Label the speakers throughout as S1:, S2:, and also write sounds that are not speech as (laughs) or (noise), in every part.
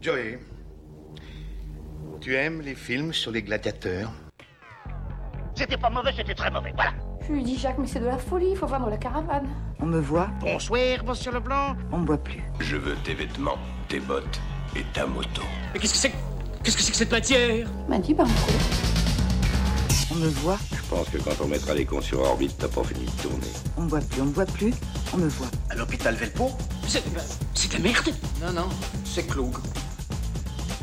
S1: Joey, tu aimes les films sur les gladiateurs
S2: C'était pas mauvais, c'était très mauvais, voilà.
S3: Je lui dis, Jacques, mais c'est de la folie, il faut vendre la caravane.
S4: On me voit,
S2: Bonsoir, monsieur Leblanc.
S4: on me voit plus.
S5: Je veux tes vêtements, tes bottes et ta moto.
S6: Mais qu'est-ce que c'est que- Qu'est-ce que c'est que cette matière
S3: Il m'a dit, ben, écoute,
S4: On me voit,
S5: Je pense que quand on mettra les cons sur orbite, t'as pas fini de tourner.
S4: on me voit plus, on me voit plus, on me voit.
S2: À l'hôpital Velpo
S6: C'est ben, c'est de la merde
S7: Non, non, c'est Cloug.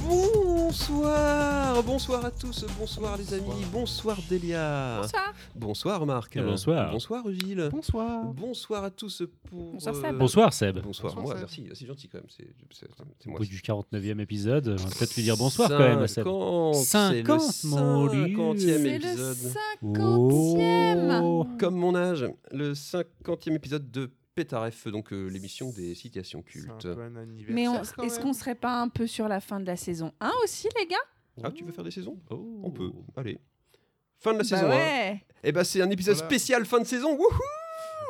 S8: Bonsoir, bonsoir à tous, bonsoir les amis, bonsoir Delia. Bonsoir. Bonsoir Marc.
S9: Ah, bonsoir.
S8: Bonsoir Gilles.
S10: Bonsoir.
S8: Bonsoir à tous pour.
S10: Bonsoir,
S8: euh,
S10: Seb.
S9: Bonsoir Ah, Seb.
S8: Bonsoir,
S10: Bonsoir,
S8: moi,
S10: Seb.
S8: merci, c'est gentil quand même, c'est c'est- c'est
S9: Au
S8: moi.
S9: bout du 49e épisode, on va peut-être lui dire bonsoir quand même à Seb.
S8: 50, c'est
S9: 50, mon
S8: le
S9: Dieu.
S8: 50e
S10: C'est le
S8: épisode.
S10: 50e
S9: Oh.
S8: Comme mon âge, le 50e épisode de Pétaref, donc euh, l'émission des citations cultes.
S10: Mais on- est-ce qu'on serait pas un peu sur la fin de la saison 1 aussi, les gars
S8: Ah, tu veux faire des saisons
S9: Oh.
S8: On peut, allez. Fin de la
S10: Bah
S8: saison 1.
S10: ouais
S8: Et bah c'est un épisode
S7: Voilà.
S8: spécial fin de saison, wouhou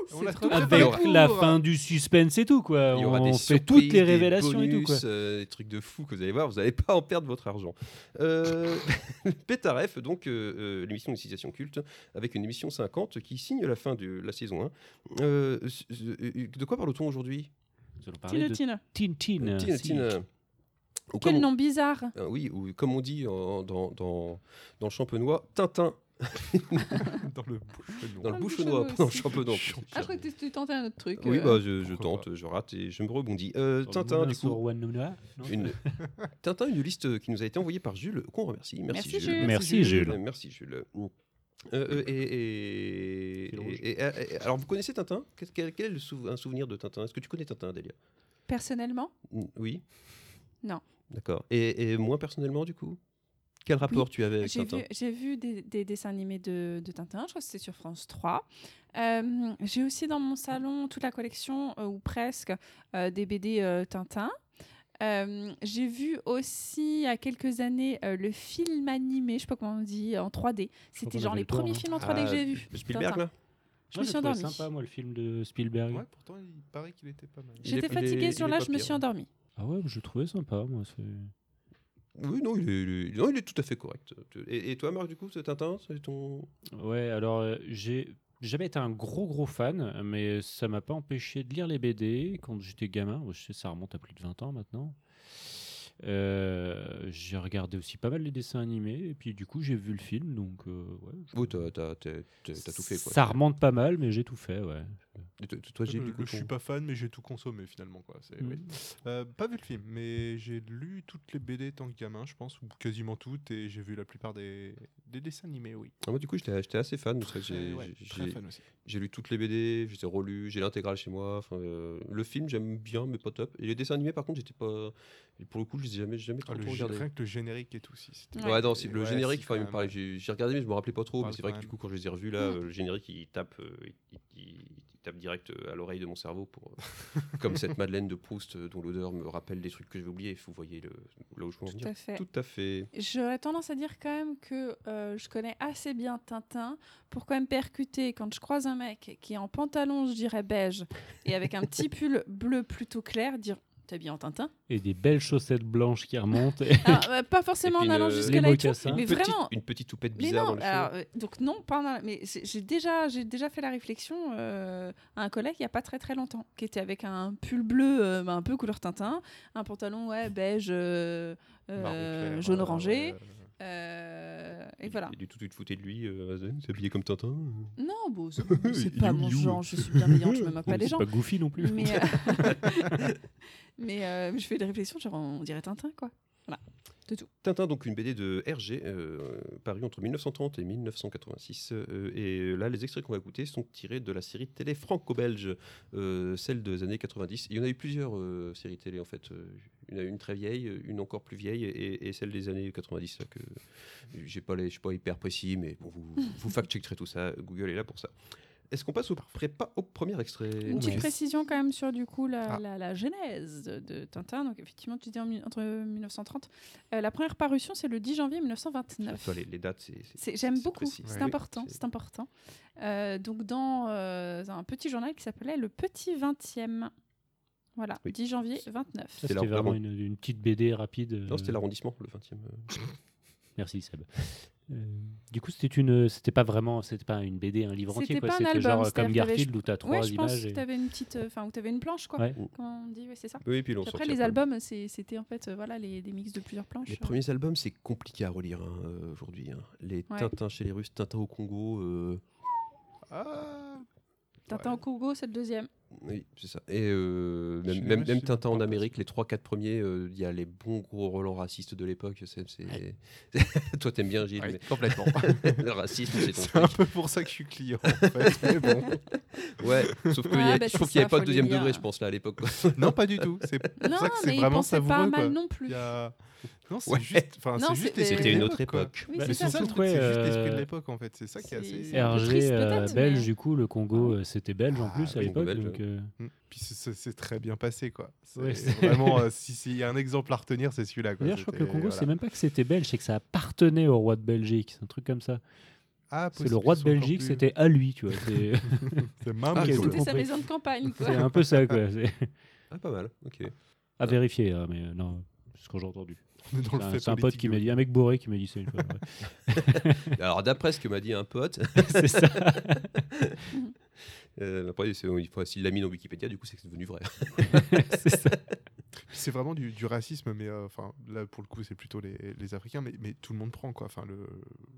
S10: C'est trop bien.
S9: Avec
S8: Il
S9: la fin du suspense et tout, quoi.
S8: Il y aura
S9: Euh, On
S8: des
S9: fait
S8: surprises,
S9: toutes les
S8: des
S9: révélations et tout, quoi.
S8: bonus, euh, des trucs de fou que vous allez voir, vous n'allez pas en perdre votre argent. Euh, (laughs) Pétaref, donc euh, euh, l'émission des citations cultes, avec une émission 50 qui signe la fin de la saison 1. Euh, s- s- euh, de quoi parle-t-on aujourd'hui
S9: Nous allons
S10: Tine,
S9: parler de
S10: tine.
S9: Tintin.
S8: Tine,
S9: si.
S8: Tine, euh, ou
S10: Quel
S8: comme-
S10: nom bizarre
S8: euh, oui, ou comme on dit en- dans, dans, dans le champenois,
S9: (laughs)
S8: Tintin.
S7: Dans le bouche
S8: Dans le
S10: le
S8: bouchenois,
S10: bouchenois
S8: pas dans le
S10: aussi.
S8: champenois.
S10: Ah, je crois que tu tentais un autre truc.
S8: Oui,
S10: euh.
S8: bah, je, je
S7: pourquoi
S8: tente, je rate et je me rebondis. Euh,
S9: Sur le
S8: Tintin,
S9: moulin,
S8: du
S9: sur
S8: coup.
S9: Wanouna, non
S8: Une...
S7: (laughs)
S8: Tintin, une liste qui nous a été envoyée par Jules, qu'on remercie. Merci,
S10: Merci, Jules.
S9: Merci, Jules.
S8: Merci Jules. Euh, euh, et, et-
S9: Fil rouge.
S8: et- et- et- alors, vous connaissez Tintin Qu'est- quel, quel est le sou- un souvenir de Tintin Est-ce que tu connais Tintin, Delia
S10: Personnellement
S8: Mm, Oui.
S10: Non.
S8: D'accord. Et, et moi, personnellement, du coup Quel rapport tu avais avec
S10: J'ai
S8: Tintin
S10: vu, j'ai vu des, des dessins animés de, de Tintin, je crois que c'était sur France 3. Euh, j'ai aussi dans mon salon toute la collection, euh, ou presque, euh, des BD euh, Tintin. Euh, j'ai vu aussi, il y a quelques années, euh, le film animé, je sais pas comment on dit, en 3D. C'était
S9: qu'on
S10: genre
S9: avait
S10: les
S9: le tour,
S10: premiers
S9: non
S10: films en 3D que
S8: Ah,
S10: j'ai vus.
S8: Spielberg,
S10: Tintin.
S8: là
S10: Je
S9: Moi, j'ai
S10: me suis
S9: trouvé
S10: endormie.
S9: sympa, moi, le film de Spielberg.
S7: Ouais, pourtant, il paraît qu'il était pas mal.
S8: Il
S10: J'étais
S8: est- il est- il
S10: fatiguée
S8: est
S10: sur là,
S8: pas
S10: je me
S8: pire. hein.
S10: suis endormie.
S9: Ah ouais, je le trouvais sympa, moi. c'est-
S8: Oui, non il, est, il est- non, il est tout à fait correct. Et, et toi, Marc, du coup, c'est Tintin C'est ton.
S9: Ouais, alors, euh, j'ai jamais été un gros, gros fan, mais ça m'a pas empêché de lire les BD quand j'étais gamin. Moi, Je sais, ça remonte à plus de 20 ans maintenant. Euh, j'ai regardé aussi pas mal les dessins animés, et puis du coup, j'ai vu le film, donc. euh, ouais, je-
S8: Oui, t'as t'as- t'as- t'as- t'as tout fait, quoi.
S9: Ça remonte pas mal, mais j'ai tout fait, ouais.
S8: Et toi- Toi, j'ai
S7: Le-
S8: du
S7: le-
S8: coup.
S7: Euh, je suis
S8: ton-
S7: pas fan, mais j'ai tout consommé finalement. Quoi. C'est-
S8: Eh
S7: oui. Euh, pas vu le film, mais j'ai lu toutes les BD tant que gamin, je pense, ou quasiment toutes, et j'ai vu la plupart des, des dessins animés, oui.
S8: Ah, moi, du coup, j'étais j'étais assez fan. c'est vrai que j'ai-
S7: Très, ouais,
S8: j'ai-
S7: très
S8: j'ai-
S7: fan aussi.
S8: J'ai lu toutes les BD, j'ai relu, j'ai l'intégrale chez moi. enfin, euh, le film, j'aime bien, mais pas top. Et les dessins animés, par contre, j'étais pas. et Pour le coup, je les ai jamais, jamais
S7: Ah,
S8: trop,
S7: le
S8: trop
S7: gé-
S8: regardés.
S7: rien que le générique et tout, si. c'était-
S8: Ouais, non, si, le
S7: Ouais,
S8: générique,
S7: si,
S8: enfin, il me
S7: quand
S8: parlait,
S7: même.
S8: j'ai j'ai regardé, mais je me rappelais pas trop. Mais
S7: Parle
S8: c'est vrai
S7: quand
S8: que du
S7: même.
S8: coup, quand je les ai revus, là, euh,
S10: Mm.
S8: le générique, il tape, euh, il, il- il tape direct euh, à l'oreille de mon cerveau, pour, euh,
S7: (laughs)
S8: comme cette Madeleine de Proust euh, dont l'odeur me rappelle des trucs que j'avais oubliés. Vous voyez le, là où je veux en
S10: Tout
S8: venir.
S10: à fait.
S8: Tout à fait.
S10: J'aurais tendance à dire quand même que euh, je connais assez bien Tintin pour quand même percuter quand je croise un mec qui est en pantalon, je dirais beige, et avec un
S8: (laughs)
S10: petit pull bleu plutôt clair, dire t'es bien en Tintin
S9: Et des belles chaussettes blanches qui remontent. et-
S10: Alors, euh, Pas forcément
S8: Et puis
S10: en allant
S8: une-
S10: jusque-là
S9: les
S10: et tout,
S9: mocassins.
S10: mais
S8: Une petite-
S10: vraiment.
S8: Une petite toupette
S10: Mais
S8: bizarre dans
S10: non,
S8: les
S10: alors,
S8: cheveux.
S10: euh, donc non, pas en allant- mais c'est- j'ai déjà, j'ai déjà fait la réflexion euh, à un collègue il n'y a pas très très longtemps, qui était avec un pull bleu euh, bah, un peu couleur Tintin, un pantalon ouais, beige, euh, euh,
S7: Marron clair,
S10: jaune
S7: euh,
S10: orangé,
S7: ouais, euh,
S10: euh, et
S8: Il-
S10: voilà.
S8: Et du tout, tu te foutais de lui, euh, Hazen, il s'est habillé comme Tintin. euh.
S10: Non, bon,
S9: (laughs)
S10: c'est
S8: Il
S10: c'est
S8: est
S10: pas
S8: où,
S10: mon
S8: il est où
S10: genre, je suis bienveillante, je me moque pas des
S9: C'est
S10: gens. Mm.
S9: pas goofy non plus.
S10: Mais,
S9: (laughs)
S10: euh, (laughs) mais euh, je fais des réflexions, genre on dirait Tintin, quoi.
S8: Tintin, donc une BD de Hergé, euh, parue entre 1930 et 1986. euh, et là, les extraits qu'on va écouter sont tirés de la série télé franco-belge, euh, celle des années 90. Il y en a eu plusieurs euh, séries télé, en fait. Euh, Il y en a une très vieille, une encore plus vieille, et, et celle des années 90. là, que j'ai pas les- Je ne suis pas hyper précis, mais bon, vous, vous fact-checkerez tout ça. Google est là pour ça. Est-ce qu'on passe au prépa au premier extrait
S10: Une petite
S8: Maurice
S10: précision quand même sur du coup la,
S7: Ah.
S10: la- la genèse de, de Tintin. Donc effectivement, tu dis en mi- entre 1930. Euh, la première parution, c'est le 10 janvier
S8: Toi,
S10: 1929.
S8: les, les dates, c'est- c'est-
S10: C'est- J'aime
S8: c'est
S10: beaucoup,
S8: précis.
S10: c'est
S7: Ouais.
S10: important,
S8: C'est-
S10: c'est important. Euh, donc dans euh, un petit journal qui s'appelait Le Petit 20e. Voilà,
S8: Oui.
S10: 10 janvier 29.
S9: Ça,
S8: C'est
S9: c'était
S8: la-
S9: vraiment
S8: la-
S9: une, une petite BD rapide. euh,
S8: Non, c'était l'arrondissement, le 20e. euh.
S9: Merci Seb. Euh, du coup, c'était une, c'était pas vraiment, c'était pas une BD, un livre entier,
S10: C'était
S9: quoi.
S10: pas un
S9: C'était
S10: album,
S9: genre euh,
S10: c'est-à-dire
S9: comme
S10: qu'il y avait-
S9: Garfield où t'as trois
S10: Ouais, je pense
S9: images.
S10: que
S9: et-
S10: tu avais une petite, euh, enfin, où t'avais une planche, quoi.
S9: Ouais.
S10: Comment on dit, ouais, c'est ça.
S8: Oui, et puis ils l'ont
S10: Puis après,
S8: sorti
S10: les
S8: après.
S10: albums, c'est- c'était en fait, euh, voilà, les, des mix de plusieurs planches.
S8: Les premiers albums, c'est compliqué à relire hein, euh, aujourd'hui. hein. Les
S10: Ouais.
S8: Tintin chez les Russes, Tintin au Congo. euh,
S7: Ah,
S10: Tintin au Congo, c'est le deuxième.
S8: Oui, c'est ça. Et euh,
S7: Chez les
S8: même, même,
S7: Russes,
S8: même
S7: c'est
S8: Tintin en
S7: pas
S8: Amérique,
S7: possible.
S8: les 3-4 premiers, euh, il y a les bons gros relents racistes de l'époque. c'est- c'est- (laughs) Toi, t'aimes bien Gilles,
S7: oui, (laughs) complètement.
S8: mais (laughs) le racisme, c'est ton
S7: C'est un
S8: truc.
S7: peu pour ça que je suis client, en fait. (laughs) Mais bon.
S8: (laughs) Ouais, sauf qu'il
S10: Ouais,
S8: y a-
S10: bah,
S8: je trouve
S10: c'est
S8: qu'il n'y
S10: ça,
S8: avait pas
S10: faut
S8: de
S10: les
S8: deuxième
S10: lire.
S8: degré, je pense, là, à l'époque. quoi. (laughs)
S7: Non, pas du tout. C'est pour
S10: Non,
S7: ça que c'est
S10: mais ils
S7: vraiment
S10: pensaient pas
S7: savoureux.
S10: mal
S7: quoi.
S10: non plus.
S7: Il y a- Non, c'est
S8: Ouais.
S7: juste. enfin,
S10: Non,
S7: c'est juste
S10: c'était-
S7: l'esprit
S8: C'était
S7: de
S8: une autre
S7: l'époque, quoi.
S8: époque.
S10: Oui,
S9: Bah,
S10: c'est
S7: Mais
S10: ça.
S7: c'est ça, le
S9: surtout,
S7: truc, c'est
S9: ouais,
S7: juste l'esprit de
S9: euh,
S7: l'époque, en fait. C'est ça qui est
S10: c'est-
S7: assez.
S10: c'est un peu
S9: RG
S10: triste,
S9: euh,
S10: peut-être,
S9: belge,
S10: mais-
S9: du coup, le Congo, euh, c'était belge en
S8: Ah,
S9: plus à
S8: oui,
S9: l'époque.
S8: belge.
S9: donc, euh,
S7: Puis c'est- c'est c'est très bien passé, quoi. C'est
S9: Ouais, c'est-
S7: vraiment, euh, si- s'il y a un exemple à retenir, c'est celui-là. quoi.
S9: D'ailleurs, je crois que le
S7: C'était-
S9: Congo,
S7: voilà.
S9: c'est même pas que c'était belge, c'est que ça appartenait au roi de Belgique. C'est un truc comme ça.
S7: Ah,
S9: C'est le
S7: possible,
S9: roi
S7: ils
S9: de
S7: sont encore
S9: Belgique,
S7: plus-
S9: c'était à lui, tu vois. C'est
S7: (laughs) C'est même
S8: Ah,
S7: pas
S8: ils
S7: drôle.
S8: ont-
S10: C'était sa
S9: compris.
S10: maison de campagne, quoi.
S9: c'est un peu ça, quoi. C'est-
S8: Ah, pas mal, ok.
S9: À vérifier, hein, mais euh, non, c'est ce que j'ai entendu.
S7: On est (laughs) dans
S9: C'est
S7: le
S9: un,
S7: fait
S9: c'est un pote
S7: politique
S9: qui
S7: de
S9: m'a
S7: ouf.
S9: dit, un mec bourré qui m'a dit ça une fois. ouais.
S7: (laughs)
S8: Alors, d'après ce que m'a dit un pote, (laughs)
S9: c'est ça. (laughs)
S8: euh, après, c'est- il faut- s'il l'a mis dans Wikipédia, du coup, c'est que c'est devenu vrai.
S9: c'est ça.
S7: C'est vraiment du, du racisme, mais euh, enfin là pour le coup c'est plutôt les, les Africains, mais, mais tout le monde prend quoi. Enfin le,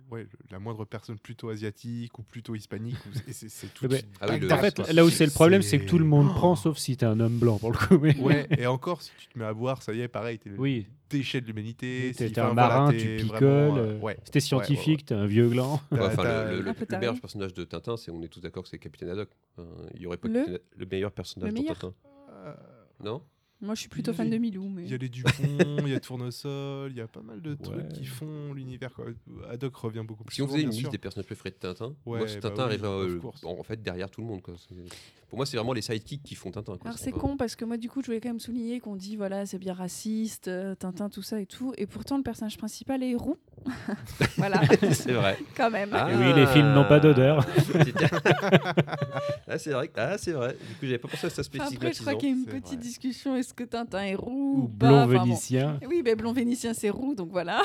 S7: ouais, le- la moindre personne plutôt asiatique ou plutôt hispanique, ou- et c'est-
S9: (laughs)
S7: c'est tout.
S9: Eh
S7: de
S9: ben,
S7: suite
S8: ah oui,
S7: tac,
S8: le-
S9: En
S7: tac,
S9: fait,
S7: quoi. Oh
S9: là où c'est le problème, c'est que tout le monde prend, (laughs) sauf si t'es un homme blanc, pour le coup. mais-
S7: Ouais, et encore si tu te mets à boire, ça y est, pareil, t'es
S9: (laughs)
S7: le
S9: Oui,
S7: déchet de l'humanité.
S9: t'es
S7: si-
S9: t'es un
S7: enfin, voilà,
S9: marin,
S7: t'es
S9: tu
S7: vraiment,
S9: picoles.
S7: euh,
S9: euh,
S7: ouais.
S9: Si t'es scientifique, t'es un vieux gland.
S7: T'as-
S8: Bah, Enfin,
S7: Bah, t'as-
S8: le, le-
S10: Un
S8: le
S10: peu taré.
S8: meilleur personnage de Tintin, c'est, on est tous d'accord que c'est Capitaine Haddock. Hein, Il y aurait pas
S10: Le-
S8: Capitaine- le, meilleur personnage
S10: Le
S8: de
S10: meilleur. Ah.
S8: Tintin.
S7: Euh,
S8: Non
S10: (laughs) Moi, je suis plutôt fan de Milou, mais.
S7: Il y a les Dupont, il y a Tournesol, il y a pas mal
S9: (laughs)
S7: de trucs
S9: Ouais.
S7: qui font l'univers. quoi. Haddock revient beaucoup plus
S8: Si on
S7: souvent,
S8: faisait une
S7: bien
S8: liste
S7: sûr.
S8: des personnages préférés de Tintin,
S7: Ouais,
S8: moi, ce
S7: bah
S8: Tintin
S7: oui,
S8: arriverait
S7: of
S8: euh,
S7: course.
S8: en, en fait derrière tout le monde. quoi. C'est- Pour moi, c'est vraiment les sidekicks qui font Tintin. quoi.
S10: Alors
S8: Ils
S10: c'est
S8: sont pas-
S10: con parce que moi du coup je voulais quand même souligner qu'on dit voilà c'est bien raciste, euh, Tintin tout ça et tout et pourtant le personnage principal est roux. (laughs) voilà,
S8: (laughs) c'est vrai.
S10: (laughs) quand même.
S7: Ah,
S9: Et oui, les films n'ont pas
S8: (laughs)
S9: d'odeur.
S8: ah, c'est vrai. Ah, c'est vrai. Du coup, j'avais pas pensé à cet aspect
S10: Après je crois
S8: stigmatisant.
S10: qu'il y a une
S7: c'est
S10: petite
S7: vrai.
S10: discussion est-ce que Tintin est roux
S9: Ou
S10: ou pas
S9: blond
S10: Enfin, bon.
S9: vénitien.
S10: Oui mais blond vénitien c'est roux donc voilà.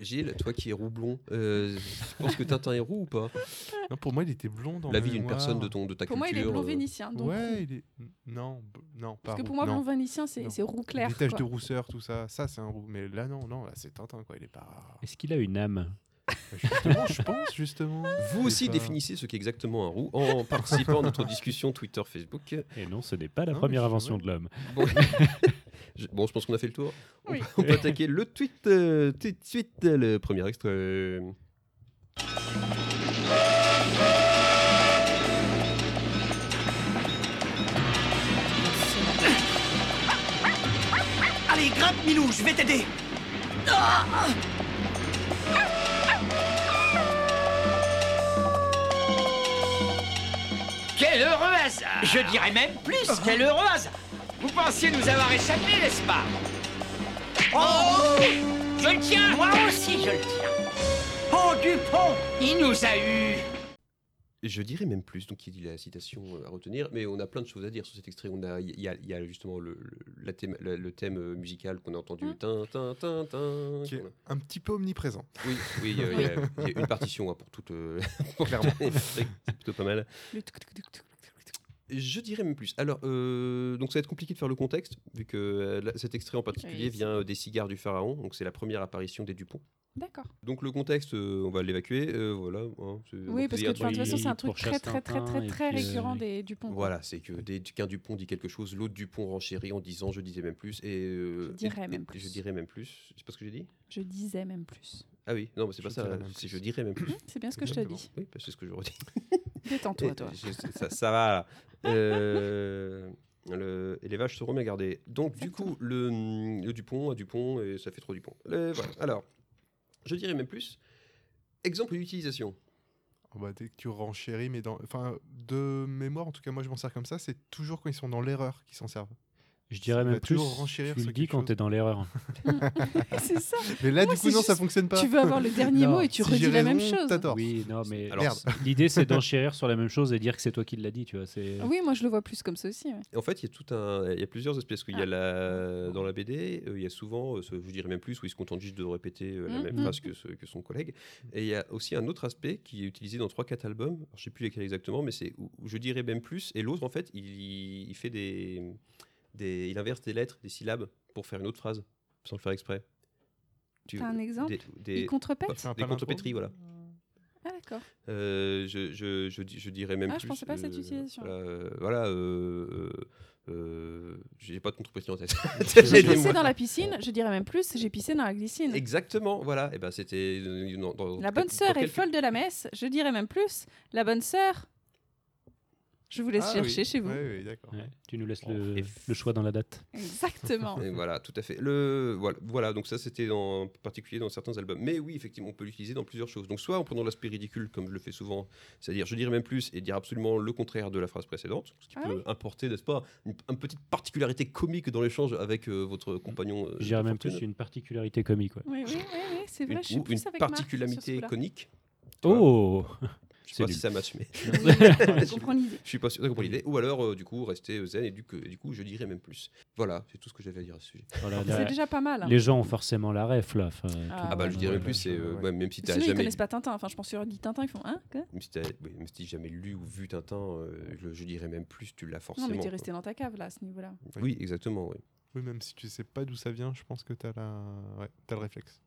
S8: Gilles, toi qui es roublon, euh, tu penses que Tintin est roux ou pas
S7: Non, pour moi, il était blond dans
S8: La vie d'une
S7: Mémoire.
S8: personne de, ton, de ta
S10: Pour
S8: culture.
S10: moi il est blond
S8: euh,
S10: vénitien donc roux.
S7: Ouais, il est. Non, b- non, pas
S10: parce que
S7: roux,
S10: pour moi
S7: non.
S10: blond vénitien
S7: Non.
S10: c'est c'est roux clair.
S7: Des taches
S10: quoi.
S7: de rousseur, tout ça, ça c'est un roux. Mais là non, non, là c'est Tintin quoi, il est pas. (laughs)
S9: Est-ce qu'il a une âme
S7: Justement, je pense justement.
S8: Vous
S7: Il est
S8: aussi
S7: pas-
S8: définissez ce qu'est exactement un roux en participant à notre discussion Twitter, Facebook.
S9: Et Eh non, ce n'est pas la
S7: Non, mais
S9: première
S7: je-
S9: invention
S7: ouais.
S9: de l'homme.
S8: Bon, (laughs) je, bon, je pense qu'on a fait le tour. On,
S7: (laughs)
S10: Oui.
S8: peut- on peut attaquer le tweet euh, tout de suite. euh, Le premier extrait.
S6: Allez, grimpe, Milou, je vais t'aider.
S2: Quel heureux hasard Oh. Je dirais même plus, quel heureux hasard Vous pensiez nous avoir échappé, n'est-ce pas Oh Je le tiens Moi aussi, je le tiens Oh, Dupont Il nous a eu
S8: Je dirais même plus, donc il y a la citation euh, à retenir, mais on a plein de choses à dire sur cet extrait. On a, il y a, il y a justement le, le- la thème, la- le thème euh, musical qu'on a entendu.
S10: Mm.
S8: Tin, tin, tin, tin,
S7: Qui est
S8: qu'on a-
S7: un petit peu omniprésent.
S8: Oui, oui, euh, il y a- il y, a une partition hein, pour toute. euh, (laughs) pour
S7: Clairement.
S8: tout- C'est plutôt pas mal.
S10: Le tuk, tuk, tuk, tuk, tuk, tuk, tuk.
S8: Je dirais même plus. Alors, euh, donc ça va être compliqué de faire le contexte, vu que euh, là, cet extrait en particulier
S10: Oui, c'est-
S8: vient euh, des cigares du pharaon, donc c'est la première apparition des Dupont.
S10: D'accord.
S8: Donc le contexte, euh, on va l'évacuer, euh, voilà. hein, c'est- on
S10: Oui
S8: peut
S10: parce que
S8: dire-
S10: tu vois, de toute façon c'est un truc très
S9: pourchasse
S10: très très
S9: Tintin,
S10: très
S9: et
S10: très
S9: puis, euh,
S10: récurrent des Dupont. quoi.
S8: Voilà, c'est que dès qu'un Dupont dit quelque chose, l'autre Dupont renchérit en disant je disais même plus et euh,
S10: Je dirais
S8: et-
S10: même
S8: et-
S10: plus.
S8: Je dirais même plus. C'est pas ce que j'ai dit
S10: Je disais même plus.
S8: Ah oui, non, mais c'est
S7: Je
S8: pas ça.
S7: dirais même
S8: C'est
S7: plus.
S8: je dirais même plus.
S10: C'est bien ce que je te
S7: Exactement.
S10: dis.
S8: Oui, bah, c'est ce que je redis.
S10: Détends-toi toi.
S8: (laughs) Et- je- ça, ça va. là. Euh, le- et les vaches seront bien gardées. Donc du coup, le, le Dupont a Dupont et ça fait trop Dupont. Le- voilà. Alors, je dirais même plus. Exemple d'utilisation.
S7: Oh, bah, dès que tu renchéris, mais dans. Enfin, de mémoire, en tout cas, moi je m'en sers comme ça, c'est toujours quand ils sont dans l'erreur qu'ils s'en servent.
S9: Je dirais
S7: Ça
S9: même
S7: va
S9: plus,
S7: toujours renchérir
S9: tu
S7: sur
S9: le dis quand t'es dans l'erreur.
S10: (laughs) C'est ça.
S7: Mais là,
S10: Moi,
S7: du coup,
S10: c'est
S7: non, ça
S10: juste-
S7: fonctionne
S8: Bah,
S7: pas.
S10: Tu veux
S7: (laughs)
S10: avoir le dernier mot et tu
S7: Si j'ai
S10: redis la même
S7: raison,
S10: chose.
S7: t'as tort.
S9: Oui, non, mais
S8: Alors,
S7: Merde.
S9: l'idée
S7: (laughs)
S9: c'est d'enchérir sur la même chose et dire que c'est toi qui l'as dit, tu vois. C'est...
S10: Oui, moi je le vois plus comme ça aussi. ouais.
S8: En fait, il y a tout un, il y a plusieurs aspects. Parce qu'il
S10: Ah.
S8: y a la, dans la BD, euh, il y a souvent, euh, ce- je dirais même plus, où il se contente juste de répéter euh, la
S10: Mhm.
S8: même phrase que, ce- que son collègue. Et il y a aussi un autre aspect qui est utilisé dans trois quatre albums. Alors, je sais plus lesquels exactement, mais c'est, où- où je dirais même plus. Et l'autre, en fait, il, il fait des, des, il inverse des lettres, des syllabes pour faire une autre phrase, sans le faire exprès. Tu
S10: T'as un exemple
S8: Des,
S10: Il
S8: des,
S10: contrepète
S7: Enfin,
S8: des
S7: pas l'impro.
S8: contrepétries, voilà.
S10: Ah d'accord.
S8: Euh, je, je, je, di- je dirais même
S10: Ah, je
S8: plus.
S10: pensais pas à cette
S8: euh,
S10: utilisation.
S8: Voilà, euh, voilà, euh, euh, euh, j'ai pas de contre en
S9: (laughs)
S8: tête. (laughs)
S10: J'ai
S8: J'ai dit,
S10: pissé
S8: moi.
S10: dans la piscine, je dirais même plus, j'ai pissé dans la glycine.
S8: Exactement, voilà. Et ben c'était euh, dans- dans-
S10: La bonne
S8: dans
S10: sœur est
S8: quelques-
S10: folle de la messe, je dirais même plus, la bonne sœur. Je vous laisse
S7: Ah
S10: chercher
S7: oui,
S10: chez vous.
S7: ouais, ouais, d'accord.
S9: Ouais, tu nous laisses
S8: Oh,
S9: le,
S8: et-
S9: le choix dans la date.
S10: Exactement.
S8: (laughs) (laughs) Et voilà, tout à fait. Le voilà, voilà donc ça c'était en particulier dans certains albums. Mais oui, effectivement, on peut l'utiliser dans plusieurs choses. Donc soit en prenant l'aspect ridicule comme je le fais souvent, c'est-à-dire je dirais même plus et dire absolument le contraire de la phrase précédente, ce qui
S10: Ah
S8: peut
S10: oui.
S8: importer, n'est-ce pas, une, une petite particularité comique dans l'échange avec euh, votre compagnon. euh,
S9: Mmh. Je dirais
S8: de
S9: même
S8: fortune.
S9: plus une particularité comique. ouais.
S10: Oui, oui, oui, oui, c'est vrai,
S8: une,
S10: je suis
S8: ou une
S10: plus avec Marc sur ce
S8: particularité
S10: coup-là.
S8: conique. Tu vois,
S9: Oh
S8: je sais
S9: c'est
S8: pas si
S9: nul.
S8: ça match,
S10: (laughs)
S8: mais
S10: Je comprends l'idée.
S8: je suis pas sûr de comprendre l'idée. Ou alors, euh, du coup, rester zen et du, que- et du coup, je dirais même plus. Voilà, c'est tout ce que j'avais à dire à ce sujet.
S10: (laughs)
S9: Voilà,
S10: C'est
S9: Oh là,
S10: déjà pas mal. hein.
S9: Les gens ont forcément la ref là. enfin,
S10: Ah
S8: Ah, bah,
S9: ouais,
S8: je dirais
S9: ouais,
S8: même plus,
S7: ouais,
S8: c'est euh,
S7: ouais.
S8: ouais, même si t'as
S10: Sinon, ils
S8: jamais,
S10: connaissent pas Tintin. Enfin, je pense sur dit Tintin, ils font hein quoi
S8: même si t'as- oui, même si t'as jamais lu ou vu Tintin, euh, je, je dirais même plus, tu l'as
S10: Non,
S8: forcément.
S10: mais t'es
S8: quoi.
S10: resté dans ta cave là à ce niveau-là.
S8: Oui, exactement. Oui.
S7: Oui, même si tu sais pas d'où ça vient, je pense que t'as la... ouais, t'as le réflexe.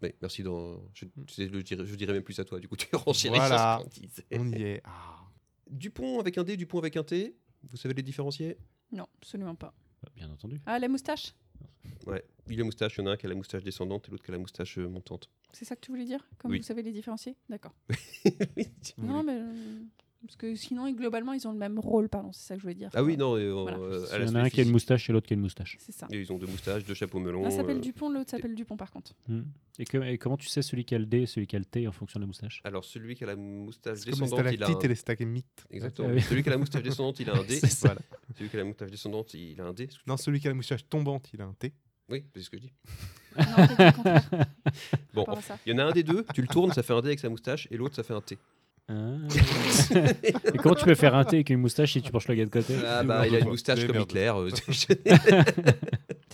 S8: Ouais, merci. Dans... Je, c'est le- je dirais, je dirais même plus à toi. Du coup, (laughs) tu es renchéri
S7: Hmm. Voilà.
S8: sur ce qu'on disait.
S7: On y est. Ah.
S8: Dupont avec un D, Dupont avec un T. Vous savez les différencier
S10: Non, absolument pas.
S9: bah, Bien entendu.
S10: Ah, la moustache
S8: Ouais. Il a moustache, il y en a un qui a la moustache descendante et l'autre qui a la moustache euh, montante.
S10: C'est ça que tu voulais dire Comme
S8: Oui.
S10: vous savez les différencier D'accord.
S8: Oui, si vous
S10: Non, mais. euh, Parce que sinon, ils- globalement, ils ont le même rôle, pardon, c'est ça que je voulais (laughs) dire.
S8: Ah oui, non, et en-
S10: Voilà.
S8: euh, à
S9: Il y en
S8: l'aspect
S9: a un qui a une
S8: physique,
S9: moustache et l'autre qui a une moustache.
S10: C'est ça.
S8: Ils ont deux moustaches, deux chapeaux melons.
S10: L'un Ah, s'appelle
S8: euh,
S10: Dupont, l'autre s'appelle Dupont, par
S8: (laughs)
S10: contre.
S9: Hmm. Et, que- et comment tu sais celui qui a le D et celui qui a le T en fonction de la moustache
S8: Alors celui qui a la moustache
S7: C'est comme les
S8: descendante, il a un...
S7: stalactites et les stalagmites. (laughs)
S8: Exactement.
S9: Ah oui.
S8: Celui qui a la moustache descendante, il a
S9: (laughs)
S8: un D.
S9: C'est ça.
S8: Voilà. Celui qui a la moustache descendante, il a un D. Est-ce que-
S7: Non, celui qui a la moustache tombante, il a un T.
S8: Oui, c'est ce que je dis.
S10: Non, t'as dit le contraire,
S8: Bon,
S10: par rapport à ça.
S8: il y en a un des deux, tu le tournes, ça fait un D avec sa moustache, et l'autre, ça fait un T.
S9: (laughs) Ah. et comment tu peux faire un T avec une moustache si tu penches le gars de côté
S8: Ah bah, il a une moustache
S7: Mais
S8: comme
S7: merde.
S8: Hitler.
S9: (laughs)
S8: euh,
S10: Ça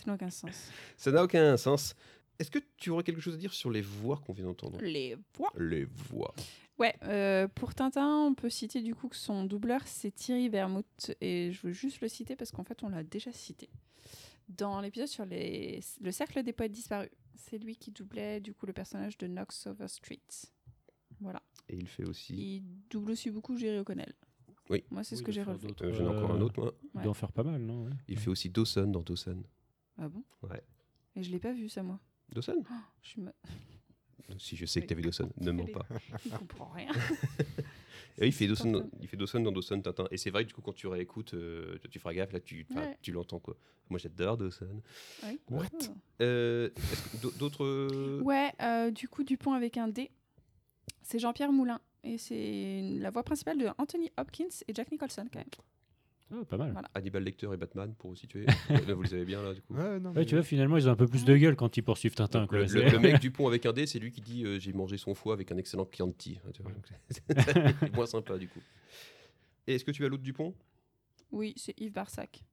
S10: n'a aucun sens.
S8: ça n'a aucun sens. Est-ce que tu aurais quelque chose à dire sur les voix qu'on vient d'entendre
S10: Les voix.
S8: Les voix.
S10: Ouais, euh, pour Tintin, on peut citer du coup que son doubleur, c'est Thierry Vermouth. Et je veux juste le citer parce qu'en fait, on l'a déjà cité. Dans l'épisode sur les... le cercle des poètes disparus, c'est lui qui doublait du coup le personnage de Knox Overstreet. Voilà.
S8: Et il fait aussi...
S10: Il double aussi beaucoup Jerry O'Connell.
S8: Oui.
S10: Moi, c'est ce
S9: Oui,
S10: que
S9: de
S10: j'ai
S9: faire
S10: relevé.
S9: d'autres.
S8: Euh, J'en ai encore un
S9: Euh,
S8: autre, moi.
S9: Il doit en faire pas mal, non ouais.
S8: Il fait aussi Dawson dans Dawson.
S10: Ah bon
S8: Ouais.
S10: Et je l'ai pas vu, ça, moi. Oh,
S8: Dawson (laughs)
S10: Je suis ma-
S8: Si je sais que t'as vu Dawson, ne mens pas.
S10: Je comprends rien.
S8: (laughs) Et oui, il fait
S10: C'est
S8: Dawson,
S10: pas
S8: dans- il fait Dawson dans Dawson Tintin. Et c'est vrai que du coup, quand tu réécoutes, euh, tu- tu feras gaffe, là, tu, enfin,
S10: Ouais.
S8: tu l'entends quoi. Moi, j'adore Dawson.
S10: Ah oui.
S8: What Euh, est-ce que d'au- D'autres. euh,
S10: Ouais, euh, du coup, Dupont avec un D. C'est Jean-Pierre Moulin. Et c'est une- la voix principale de Anthony Hopkins et Jack Nicholson, quand même.
S9: Ah, Pas mal.
S10: Voilà.
S8: Hannibal Lecter et Batman pour vous
S10: (laughs)
S8: situer. Là, vous les avez bien là, du coup.
S7: Ouais, non,
S9: Ouais,
S7: mais-
S9: tu vois, finalement, ils ont un peu plus de gueule quand ils poursuivent Tintin. Quoi.
S8: Le,
S9: C'est-
S8: le- le
S9: (laughs)
S8: mec du pont avec un D, c'est lui qui dit euh, J'ai mangé son foie avec un excellent Chianti. Ah, Tu vois, donc c'est- c'est (laughs) moins sympa du coup. Et est-ce que tu as l'autre Dupont
S10: Oui, c'est Yves Barsac.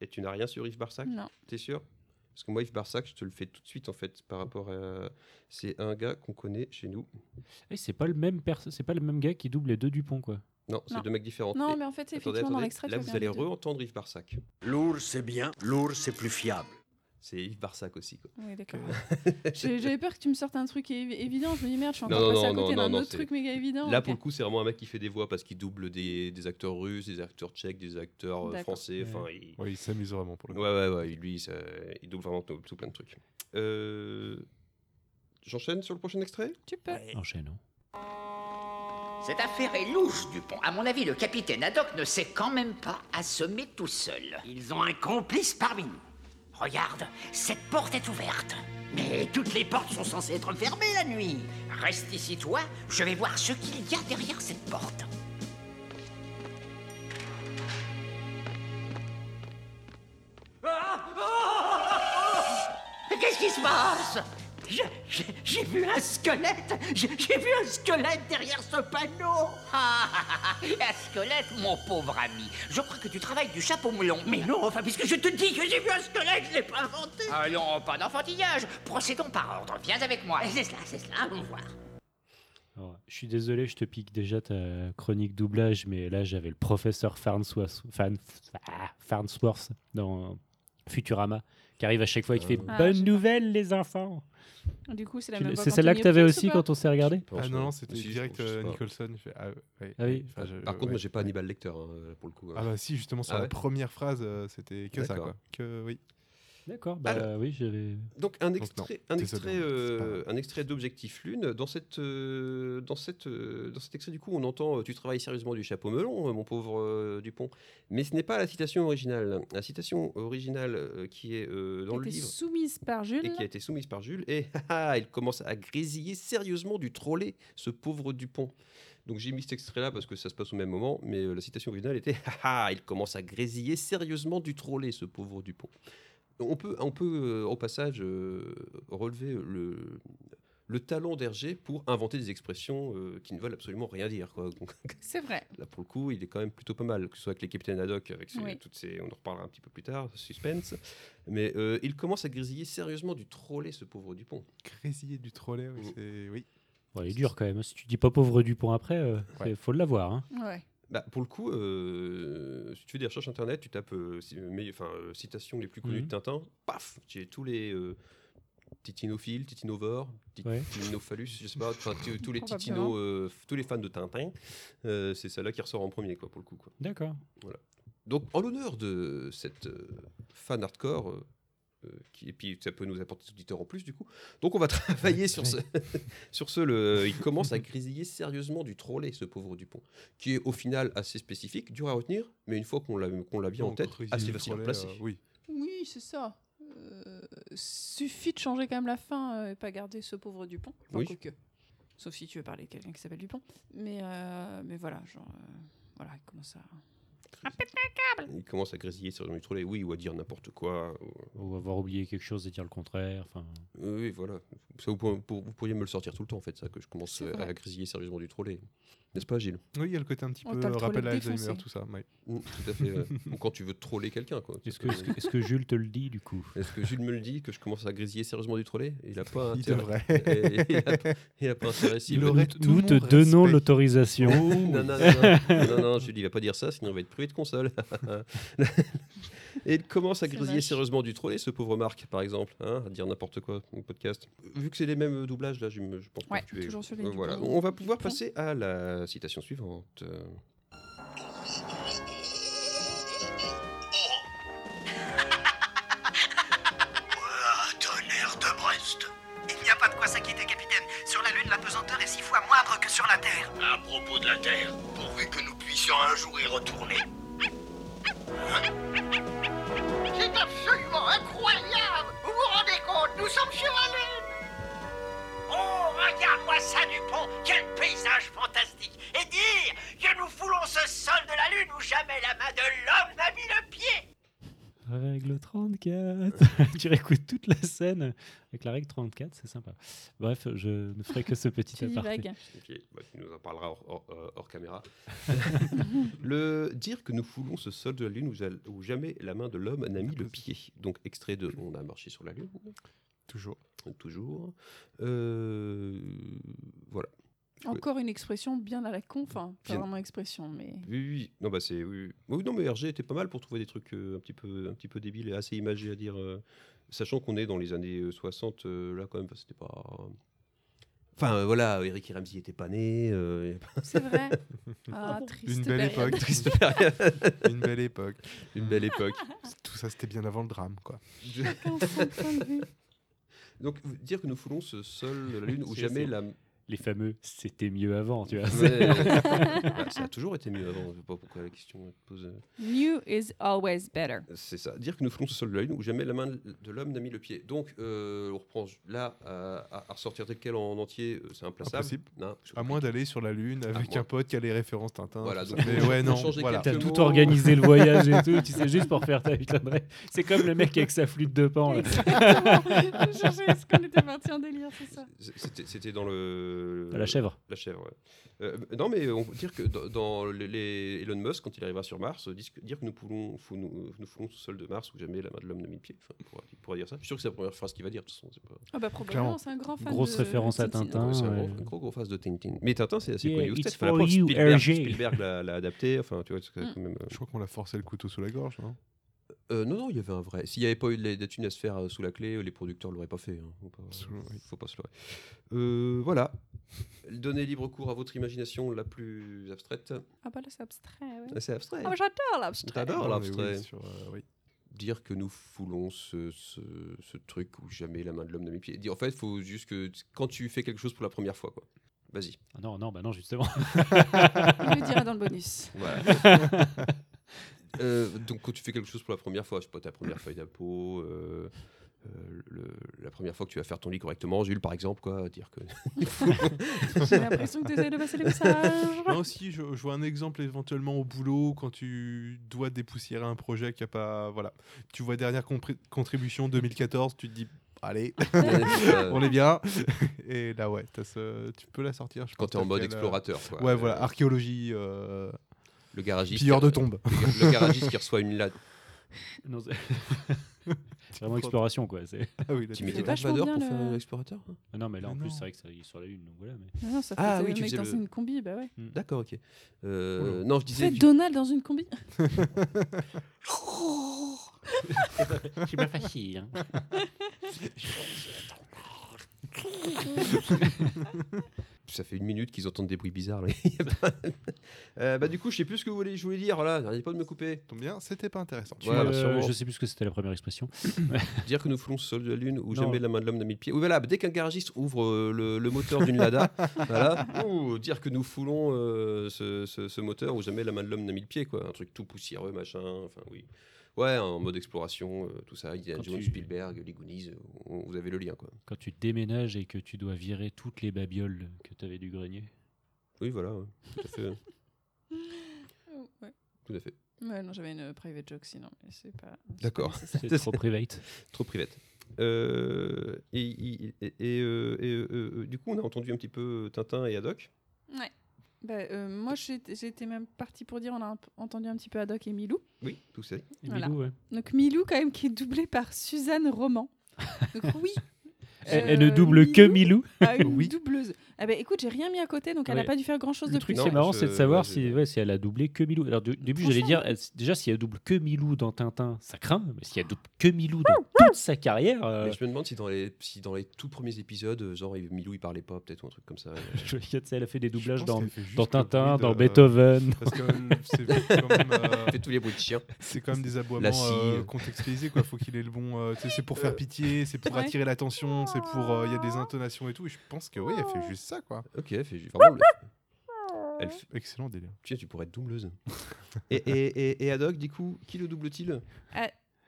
S8: Et tu n'as rien sur Yves Barsac
S10: Non.
S8: T'es sûr Parce que moi, Yves Barsac, je te le fais tout de suite en fait par rapport à. C'est un gars qu'on connaît chez nous.
S9: Eh, c'est pas le même perso- c'est pas le même gars qui double les deux Dupont quoi.
S8: Non, c'est
S10: Non.
S8: deux mecs différents.
S10: Non,
S8: Et-
S10: mais en fait, c'est
S8: Attendez,
S10: effectivement dans
S8: attendez,
S10: l'extrait.
S8: Là,
S10: tu vois,
S8: vous
S10: il y
S8: allez
S10: en a deux.
S8: re-entendre Yves Barsac.
S5: Lourd, c'est bien. Lourd, c'est plus fiable.
S8: C'est Yves Barsac aussi.
S10: (laughs)
S8: Quoi.
S10: Oui, d'accord.
S8: Euh,
S10: J'ai- J'avais peur que tu me sortes un truc évi- évident. Je me dis, merde, je suis
S8: Non,
S10: encore
S8: non,
S10: passé à
S8: non,
S10: côté
S8: non,
S10: d'un
S8: non,
S10: autre
S8: c'est-
S10: truc méga évident.
S8: Là,
S10: Ok.
S8: pour le coup, c'est vraiment un mec qui fait des voix parce qu'il double des, des acteurs russes, des acteurs tchèques, des acteurs euh,
S10: D'accord.
S8: français. Enfin,
S9: Ouais.
S8: il...
S7: Ouais, il s'amuse vraiment pour le coup.
S8: ouais, ouais, ouais, lui, ça- il double vraiment tout, tout plein de trucs. Euh, J'enchaîne sur le prochain extrait
S10: Tu peux.
S9: Enchaînons.
S2: Cette affaire est louche, Dupont. À mon avis, le capitaine Haddock ne s'est quand même pas assommé tout seul.
S6: Ils ont un complice parmi nous.
S2: Regarde, cette porte est ouverte. Mais toutes les portes sont censées être fermées la nuit. Reste ici, toi. Je vais voir ce qu'il y a derrière cette porte.
S6: Ah Qu'est-ce qui se passe Je- je- J'ai vu un squelette J'ai j'ai vu un squelette derrière ce panneau
S2: Ah, ah, ah, un squelette, mon pauvre ami. Je crois que tu travailles du chapeau melon.
S6: Mais non, enfin, puisque je te dis que j'ai vu un squelette, je l'ai pas inventé
S2: Allons, pas d'enfantillage. Procédons par ordre. Viens avec moi.
S6: C'est cela, c'est cela, allons voir.
S9: Alors, je suis désolé, je te pique déjà ta chronique doublage, mais là j'avais le professeur Farnsworth, Farn- ah, Farnsworth dans Futurama qui arrive à chaque fois et qui fait
S10: Ah, je
S9: Bonne
S10: sais
S9: nouvelle, les enfants
S10: Du coup, c'est la
S9: Tu
S10: même
S9: l'as-
S10: voix
S9: C'est
S10: qu'Anthony
S9: celle-là que t'avais
S10: Hopkins ou
S9: aussi
S10: pas
S9: quand on s'est regardé
S7: Ah non, non, c'était
S8: Si, je
S7: direct
S8: pense, je sais
S7: euh,
S8: pas.
S7: Nicholson. Je fais, ah, ouais,
S9: Ah oui.
S7: enfin, je-
S8: Par contre,
S7: ouais.
S8: moi, j'ai pas Hannibal Lecter, hein, pour le coup.
S7: Ah bah si, justement, sur
S8: Ah
S7: la
S8: ouais
S7: première phrase, euh, c'était que ça,
S8: D'accord.
S7: quoi. Que, oui.
S9: D'accord, bah
S8: Alors-
S9: oui, j'avais.
S8: Donc un
S7: Donc,
S8: extrait,
S7: non,
S8: un
S7: désolé,
S8: extrait,
S7: c'est
S8: euh, un extrait d'Objectif Lune. Dans cette, euh, dans cette, euh, dans cet extrait du coup, on entend euh, "Tu travailles sérieusement du chapeau melon, euh, mon pauvre euh, Dupont." Mais ce n'est pas la citation originale. La citation originale euh, qui est euh, dans
S10: Elle
S8: le
S10: était
S8: livre
S10: soumise par
S8: et
S10: Jules.
S8: qui a été soumise par Jules. Et (laughs) ah, ah, il commence à grésiller sérieusement du trollé, ce pauvre Dupont. Donc j'ai mis cet extrait-là parce que ça se passe au même moment, mais euh, la citation originale était (laughs) ah, ah, il commence à grésiller sérieusement du trollé, ce pauvre Dupont. On peut, on peut euh, au passage, euh, relever le, le talent d'Hergé pour inventer des expressions euh, qui ne veulent absolument rien dire. Quoi. Donc,
S10: C'est vrai.
S8: Là, pour le coup, il est quand même plutôt pas mal, que ce soit avec les capitaines Haddock, avec ses-
S10: Oui.
S8: toutes ces, on en reparlera un petit peu plus tard, suspense. Mais euh, il commence à grésiller sérieusement du trollé, ce pauvre Dupont.
S7: Grésiller du trolley, oui,
S8: Mm.
S7: c'est... Oui.
S9: Bon, il est dur quand même. hein. Si tu dis pas pauvre Dupont après, euh,
S7: Ouais.
S9: c'est- faut l'avoir. Hein.
S10: Ouais.
S8: Bah, pour le coup, euh, si tu fais des recherches internet, tu tapes euh, ci- mais- enfin, euh, citations les plus connues
S9: Mhm.
S8: de Tintin, paf, j'ai tous les euh, titinophile, titinovore,
S9: Ouais.
S8: titinophallus, je sais pas, enfin, tu- tous les
S10: Probablement.
S8: titinos, euh, f- tous les fans de Tintin, euh, c'est celle-là qui ressort en premier, quoi, pour le coup. Quoi.
S9: D'accord.
S8: Donc, en l'honneur de cette euh, fan hardcore, euh, euh, qui, et puis ça peut nous apporter des auditeurs en plus, du coup. Donc, on va (laughs) travailler sur ce. (laughs) sur ce le, il commence à grésiller sérieusement du trolley, ce pauvre Dupont, qui est au final assez spécifique, dur à retenir, mais une fois qu'on l'a qu'on l'a bien en
S7: Donc,
S8: tête,
S7: grésiller
S8: assez
S7: du
S8: facile à
S7: trolley,
S8: placer.
S7: euh, oui.
S10: Oui, c'est ça. Euh, suffit de changer quand même la fin euh, et pas garder ce pauvre Dupont. Enfin,
S8: Oui.
S10: quoique. Sauf si tu veux parler de quelqu'un qui s'appelle Dupont. Mais, euh, mais voilà, genre. euh, voilà, il commence à.
S8: Il commence à grésiller sérieusement du trolley, oui, ou à dire n'importe quoi. ou-
S9: Ou avoir oublié quelque chose et dire le contraire. Enfin,
S8: Oui, oui, voilà. Ça, vous, pourriez, pour- vous pourriez me le sortir tout le temps, en fait, ça, que je commence
S10: C'est
S8: euh,
S10: vrai.
S8: à grésiller sérieusement du trolley. N'est-ce pas, Gilles
S7: Oui, il y a le côté un petit
S10: Oh,
S7: peu
S10: t'as le
S7: rappel à
S10: trolley
S7: Alzheimer,
S10: défoncé.
S7: tout ça. ouais.
S8: Mm, Tout à fait.
S7: (laughs)
S8: ouais. Ou quand tu veux troller quelqu'un, quoi.
S9: est-ce que, est-ce que- est-ce que Jules te le dit du coup
S8: Est-ce que Jules me le dit que je commence à grésiller sérieusement du trolley Il a pas
S7: Il
S8: intérêt.
S7: devrait.
S8: Ah, (laughs) Et- et il
S7: (laughs)
S8: a pas- Il a pas intérêt. s'il
S7: Il
S8: veut-
S7: aurait tout
S9: Nous
S7: mon
S9: te donnons
S7: respect.
S9: l'autorisation.
S8: Non, non, non, non, non, non, Jules, il va pas dire ça, sinon on va être privé de console. (laughs) Et il commence à
S10: C'est
S8: grésiller
S10: vache.
S8: sérieusement du trolley, ce pauvre Marc, par exemple, hein, à dire n'importe quoi au podcast. Vu que c'est les mêmes doublages, là, je, me- je pense pas
S10: Ouais,
S8: que tu es.
S10: toujours sur les
S8: Euh, voilà.
S10: Dupont.
S8: On va pouvoir
S10: Dupont.
S8: passer à la citation suivante. Euh,
S5: Tonnerre de Brest.
S6: Il n'y a pas de quoi s'inquiéter, capitaine. Sur la Lune, la pesanteur est six fois moindre que sur la Terre.
S5: À propos de la Terre, pourvu que nous puissions un jour y retourner.
S6: Hein C'est absolument incroyable Vous vous rendez compte Nous sommes sur la Lune Oh, regarde-moi ça, Dupont Quel paysage fantastique Et dire que nous foulons ce sol de la Lune où jamais la main de l'homme n'a mis le pied
S8: (laughs)
S9: Règle 34. (laughs) tu réécoutes toute la scène avec la règle 34, c'est sympa. Bref, je ne ferai que ce petit
S10: (laughs) Tu
S9: aparté.
S10: divagues.
S8: Ok, bah, tu nous en parleras hors, hors- euh, hors caméra. le dire que nous foulons ce sol de la lune où, ja- où jamais la main de l'homme n'a mis le pied. Donc extrait de On a marché sur la lune,
S7: Toujours.
S8: toujours. Euh, voilà.
S10: Encore une expression bien à la con. Enfin, pas
S8: Bien.
S10: vraiment
S8: (laughs)
S10: expression, mais.
S8: Oui, oui. Non, bah c'est oui. oui. Oui, non, mais RG était pas mal pour trouver des trucs euh, un petit peu, un petit peu débiles et assez imagés à dire. euh, sachant qu'on est dans les années euh, 60, euh, là quand même, bah, c'était pas. Enfin euh, voilà, Eric et Ramsey était pas né. euh,
S10: C'est vrai. Ah, triste.
S7: Une belle
S10: période.
S7: époque.
S8: triste période.
S7: Une
S8: (laughs)
S7: belle époque.
S8: Une belle époque.
S7: Tout ça, c'était bien avant le drame, quoi.
S10: Aucun point de vue.
S8: Donc, vous- dire que nous foulons ce sol de la Lune où
S9: (laughs) C'est-
S8: jamais
S9: c'est-
S8: la,
S9: les fameux c'était mieux avant, tu vois.
S8: Ouais. (laughs) Bah,
S9: (laughs)
S8: ça a toujours été mieux avant. Je sais pas pourquoi la question est posée. Euh,
S10: New is always (laughs) better.
S8: C'est ça. Dire que nous foulons ce sol de la Lune où jamais la main de l'homme n'a mis le pied. Donc, euh, on reprend là à, à- à ressortir tel quel en entier, euh, c'est implaçable.
S7: Impossible.
S8: Non,
S7: À moins d'aller sur la Lune avec
S8: moi.
S7: un pote qui a les références Tintin.
S8: Voilà,
S7: tout ça.
S8: donc
S7: mais
S8: on-
S7: ouais,
S8: on
S7: non.
S8: change des
S7: Voilà.
S8: quelques-
S9: T'as tout
S8: mots.
S9: organisé le voyage et tout,
S8: (laughs)
S9: tu sais, juste pour faire ta putain de rêve. C'est comme le mec avec sa flûte de pan, là.
S10: Exactement. Je cherchais est-ce qu'on était parti en délire, c'est ça.
S8: C'était c'était dans le.
S9: À la chèvre.
S8: La chèvre, ouais. Euh, non, mais on peut dire que dans, dans les, les- Elon Musk, quand il arrivera sur Mars, euh, dis- dire que nous foulons, fou- nous, nous foulons sous le sol de Mars où jamais la main de l'homme n'a mis le pied. Enfin, il, pourra, il pourra dire ça. Je suis sûr que c'est la première phrase qu'il va dire, de toute façon. c'est Pas...
S10: Ah bah
S7: probablement,
S10: probablement, c'est un grand fan
S9: Grosse référence à Tintin.
S8: C'est un
S9: ouais.
S8: gros, un gros gros face de Tintin. Mais Tintin, c'est assez
S9: Yeah,
S8: connu. aussi.
S9: it's
S8: Enfin, la
S9: for
S8: preuve,
S9: you,
S8: Spielberg,
S9: RG.
S8: Spielberg l'a l'a adapté. Enfin, tu vois, c'est quand
S10: Mm.
S8: même. euh,
S7: Je crois qu'on l'a forcé le couteau sous la gorge. non
S8: Euh, non, non, il y avait un vrai. S'il n'y avait pas eu de- des thunes à se faire euh, sous la clé, euh, les producteurs ne l'auraient pas fait. hein. Faut, pas,
S7: Absolument, oui.
S8: faut pas se leurrer. Euh, voilà. Donnez libre cours à votre imagination la plus abstraite.
S10: Ah bah là c'est abstrait, ouais.
S8: Ah, C'est abstrait.
S10: Ah bah j'adore l'abstrait.
S9: Ah,
S8: T'adores
S7: Non, mais oui,
S8: l'abstrait.
S7: sur, euh, oui.
S8: Dire que nous foulons ce, ce, ce truc où jamais la main de l'homme n'a mis le pied. Dire- En fait, il faut juste que t- quand tu fais quelque chose pour la première fois, quoi. Vas-y.
S9: Ah Non, non, bah non, justement. (laughs)
S10: Il le dira dans
S8: (laughs)
S10: le bonus.
S8: Voilà. Euh, donc, quand tu fais quelque chose pour la première fois, je sais pas, ta première feuille d'impôt, euh, euh, le- la première fois que tu vas faire ton lit correctement, Jules, par exemple, quoi, dire
S7: (laughs)
S8: que.
S10: J'ai l'impression que tu essayes de passer le message.
S7: Non, si, je, je vois un exemple éventuellement au boulot quand tu dois dépoussiérer un projet qui a pas. Voilà. Tu vois dernière compré- contribution 2014, tu te dis,
S8: (laughs)
S7: allez,
S8: Euh,
S7: on est bien. (laughs) Et là, ouais, t'as ce- tu peux la sortir. Je
S8: quand
S7: pense,
S8: tu es en
S7: telle
S8: mode
S7: quelle, euh,
S8: explorateur, quoi.
S7: Ouais,
S8: Euh,
S7: voilà, archéologie, euh,
S8: Le garagiste.
S7: pilleur
S8: qui- (laughs)
S7: de tombes.
S8: Le, gar- le garagiste qui reçoit une
S7: (laughs)
S8: latte. (laughs)
S9: Non, c'est- Vraiment exploration, quoi. c'est- Ah
S7: Ah oui, là,
S8: Tu
S7: tu-
S8: mettais
S10: C'est
S8: pas
S10: vachement
S8: Vador
S10: bien
S8: pour
S10: le-
S8: faire l'explorateur hein
S9: Non, mais là, en
S7: Mais
S9: plus,
S7: non.
S9: c'est vrai que ça il est sur la Lune, donc voilà.
S8: (laughs)
S9: mais-
S10: Non, non, ça fait
S8: Ah
S10: ah,
S8: oui,
S10: oui,
S8: tu
S10: mec
S8: faisais
S10: dans
S8: le-
S10: une combi, bah ouais.
S8: D'accord, ok. Euh, non, je disais.
S10: Fais
S8: du-
S10: Donald dans une combi.
S9: C'est pas facile. hein.
S8: Ça fait une minute qu'ils entendent des bruits bizarres. là. (laughs) Il y a pas- Euh, bah, du coup, je sais plus ce que vous voulez, je voulais dire. Voilà, n'arrêtez pas de me couper.
S7: Tombe bien, c'était pas intéressant.
S9: Tu,
S8: Voilà,
S9: euh,
S8: bah, sûrement.
S9: je sais plus ce que c'était la première expression.
S8: Dire que nous foulons ce sol de la lune où
S9: Non.
S8: jamais la main de l'homme n'a mis le pied. Oui, voilà, dès qu'un garagiste ouvre euh, le, le moteur d'une
S9: (laughs)
S8: Lada, voilà, ou dire que nous foulons euh, ce, ce- ce moteur où jamais la main de l'homme n'a mis le pied, quoi. Un truc tout poussiéreux, machin. Enfin, oui. Ouais, en mode exploration, euh, tout ça. Indiana
S9: Quand
S8: Jones,
S9: tu-
S8: Spielberg, les Goonies, euh, on- vous avez le lien, quoi.
S9: Quand tu déménages et que tu dois virer toutes les babioles que tu avais du grenier.
S8: Oui, voilà, ouais, tout à fait. (laughs)
S10: Ouais.
S8: Tout à fait.
S10: ouais, non, j'avais une euh, private joke sinon, mais c'est pas.
S8: D'accord.
S9: C'est trop private.
S8: Trop private. Euh, et et- et- et, euh, et, euh, euh, du coup, on a entendu un petit peu Tintin et Haddock.
S10: (laughs) Ouais. Bah, euh, moi, j'étais j'étais même partie pour dire, on a un p- entendu un petit peu Haddock et Milou.
S8: Oui, tout ça.
S9: Et
S10: Voilà.
S9: Milou, ouais.
S10: Donc Milou, quand même, qui est doublée par Suzanne Roman. Donc
S8: (laughs)
S10: oui.
S9: Elle,
S10: euh,
S9: elle ne double que Milou.
S10: a une
S9: Oui.
S10: doubleuse. Ah bah écoute, j'ai rien mis à côté, donc
S9: Ah
S10: elle n'a
S9: mais
S10: pas dû faire grand-chose de
S9: Le
S10: plus.
S9: truc,
S8: Non,
S9: c'est marrant,
S8: je-
S9: c'est de savoir
S8: ouais,
S9: si,
S8: j'ai-
S9: ouais, si elle a doublé que Milou. Alors, du, début, j'allais
S10: Franchement.
S9: dire, elle- déjà, si elle double que Milou dans Tintin, ça craint. Mais si elle double que Milou dans toute sa carrière, euh,
S8: Mais je me demande si dans les, si dans les tout premiers épisodes, euh, genre il- Milou il parlait pas, peut-être ou un truc comme (laughs) ça.
S9: je m'inquiète, elle a fait des
S7: Je
S9: doublages
S7: pense
S9: dans,
S7: qu'elle fait juste
S9: dans
S7: le
S9: Tintin,
S7: bruit de-
S9: dans Beethoven.
S7: Parce que euh, c'est quand même, euh,
S8: Il fait tous les bruits de chien.
S7: c'est quand même des
S8: La
S7: aboiements
S8: scie,
S7: euh,
S8: euh.
S7: contextualisés. Quoi. Faut qu'il ait le bon. euh, tu sais, c'est pour faire pitié, c'est pour
S10: Ouais.
S7: attirer l'attention, c'est pour. euh, Il y a des intonations et tout. Et je pense que oui, elle fait juste ça. quoi.
S8: Ok, elle fait ju- vraiment. le- Elle fait-
S7: Excellent délire.
S8: Tiens, tu pourrais être doubleuse. (laughs) et, et, et, et Haddock, du coup, qui le double-t-il
S10: Euh,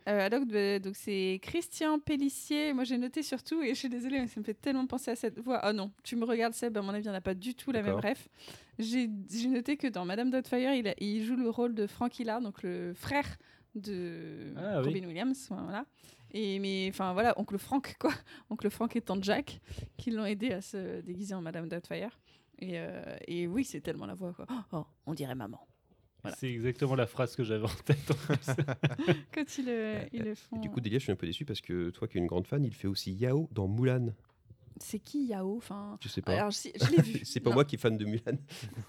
S10: Haddock, bah, donc c'est Christian Pellissier. Moi, j'ai noté surtout, et je suis désolée, mais ça me fait tellement penser à cette voix. Oh non, tu me regardes, Seb, à mon avis, on n'a pas du tout la même
S8: D'accord.
S10: ref. J'ai j'ai noté que dans Madame Doubtfire, il, a- il joue le rôle de Frank Hillard, donc le frère de
S9: Ah, oui.
S10: Robin Williams. Voilà. Et mais enfin voilà, oncle Frank quoi, (laughs) oncle Frank et tante Jack qui l'ont aidé à se déguiser en Madame Doubtfire. Et, euh, et oui, c'est tellement la voix quoi. Oh, on dirait maman. Voilà.
S9: C'est exactement la phrase que j'avais en tête. en (laughs) plus.
S10: Quand ils le, ils le font.
S8: Euh, Du coup, Delia, je suis un peu déçu parce que toi qui es une grande fan, il fait aussi Yao dans Mulan.
S10: c'est qui Yao Enfin,
S8: Tu sais pas.
S10: alors si- je l'ai vu.
S8: (laughs) c'est pas
S10: Non.
S8: moi qui est fan de Mulan.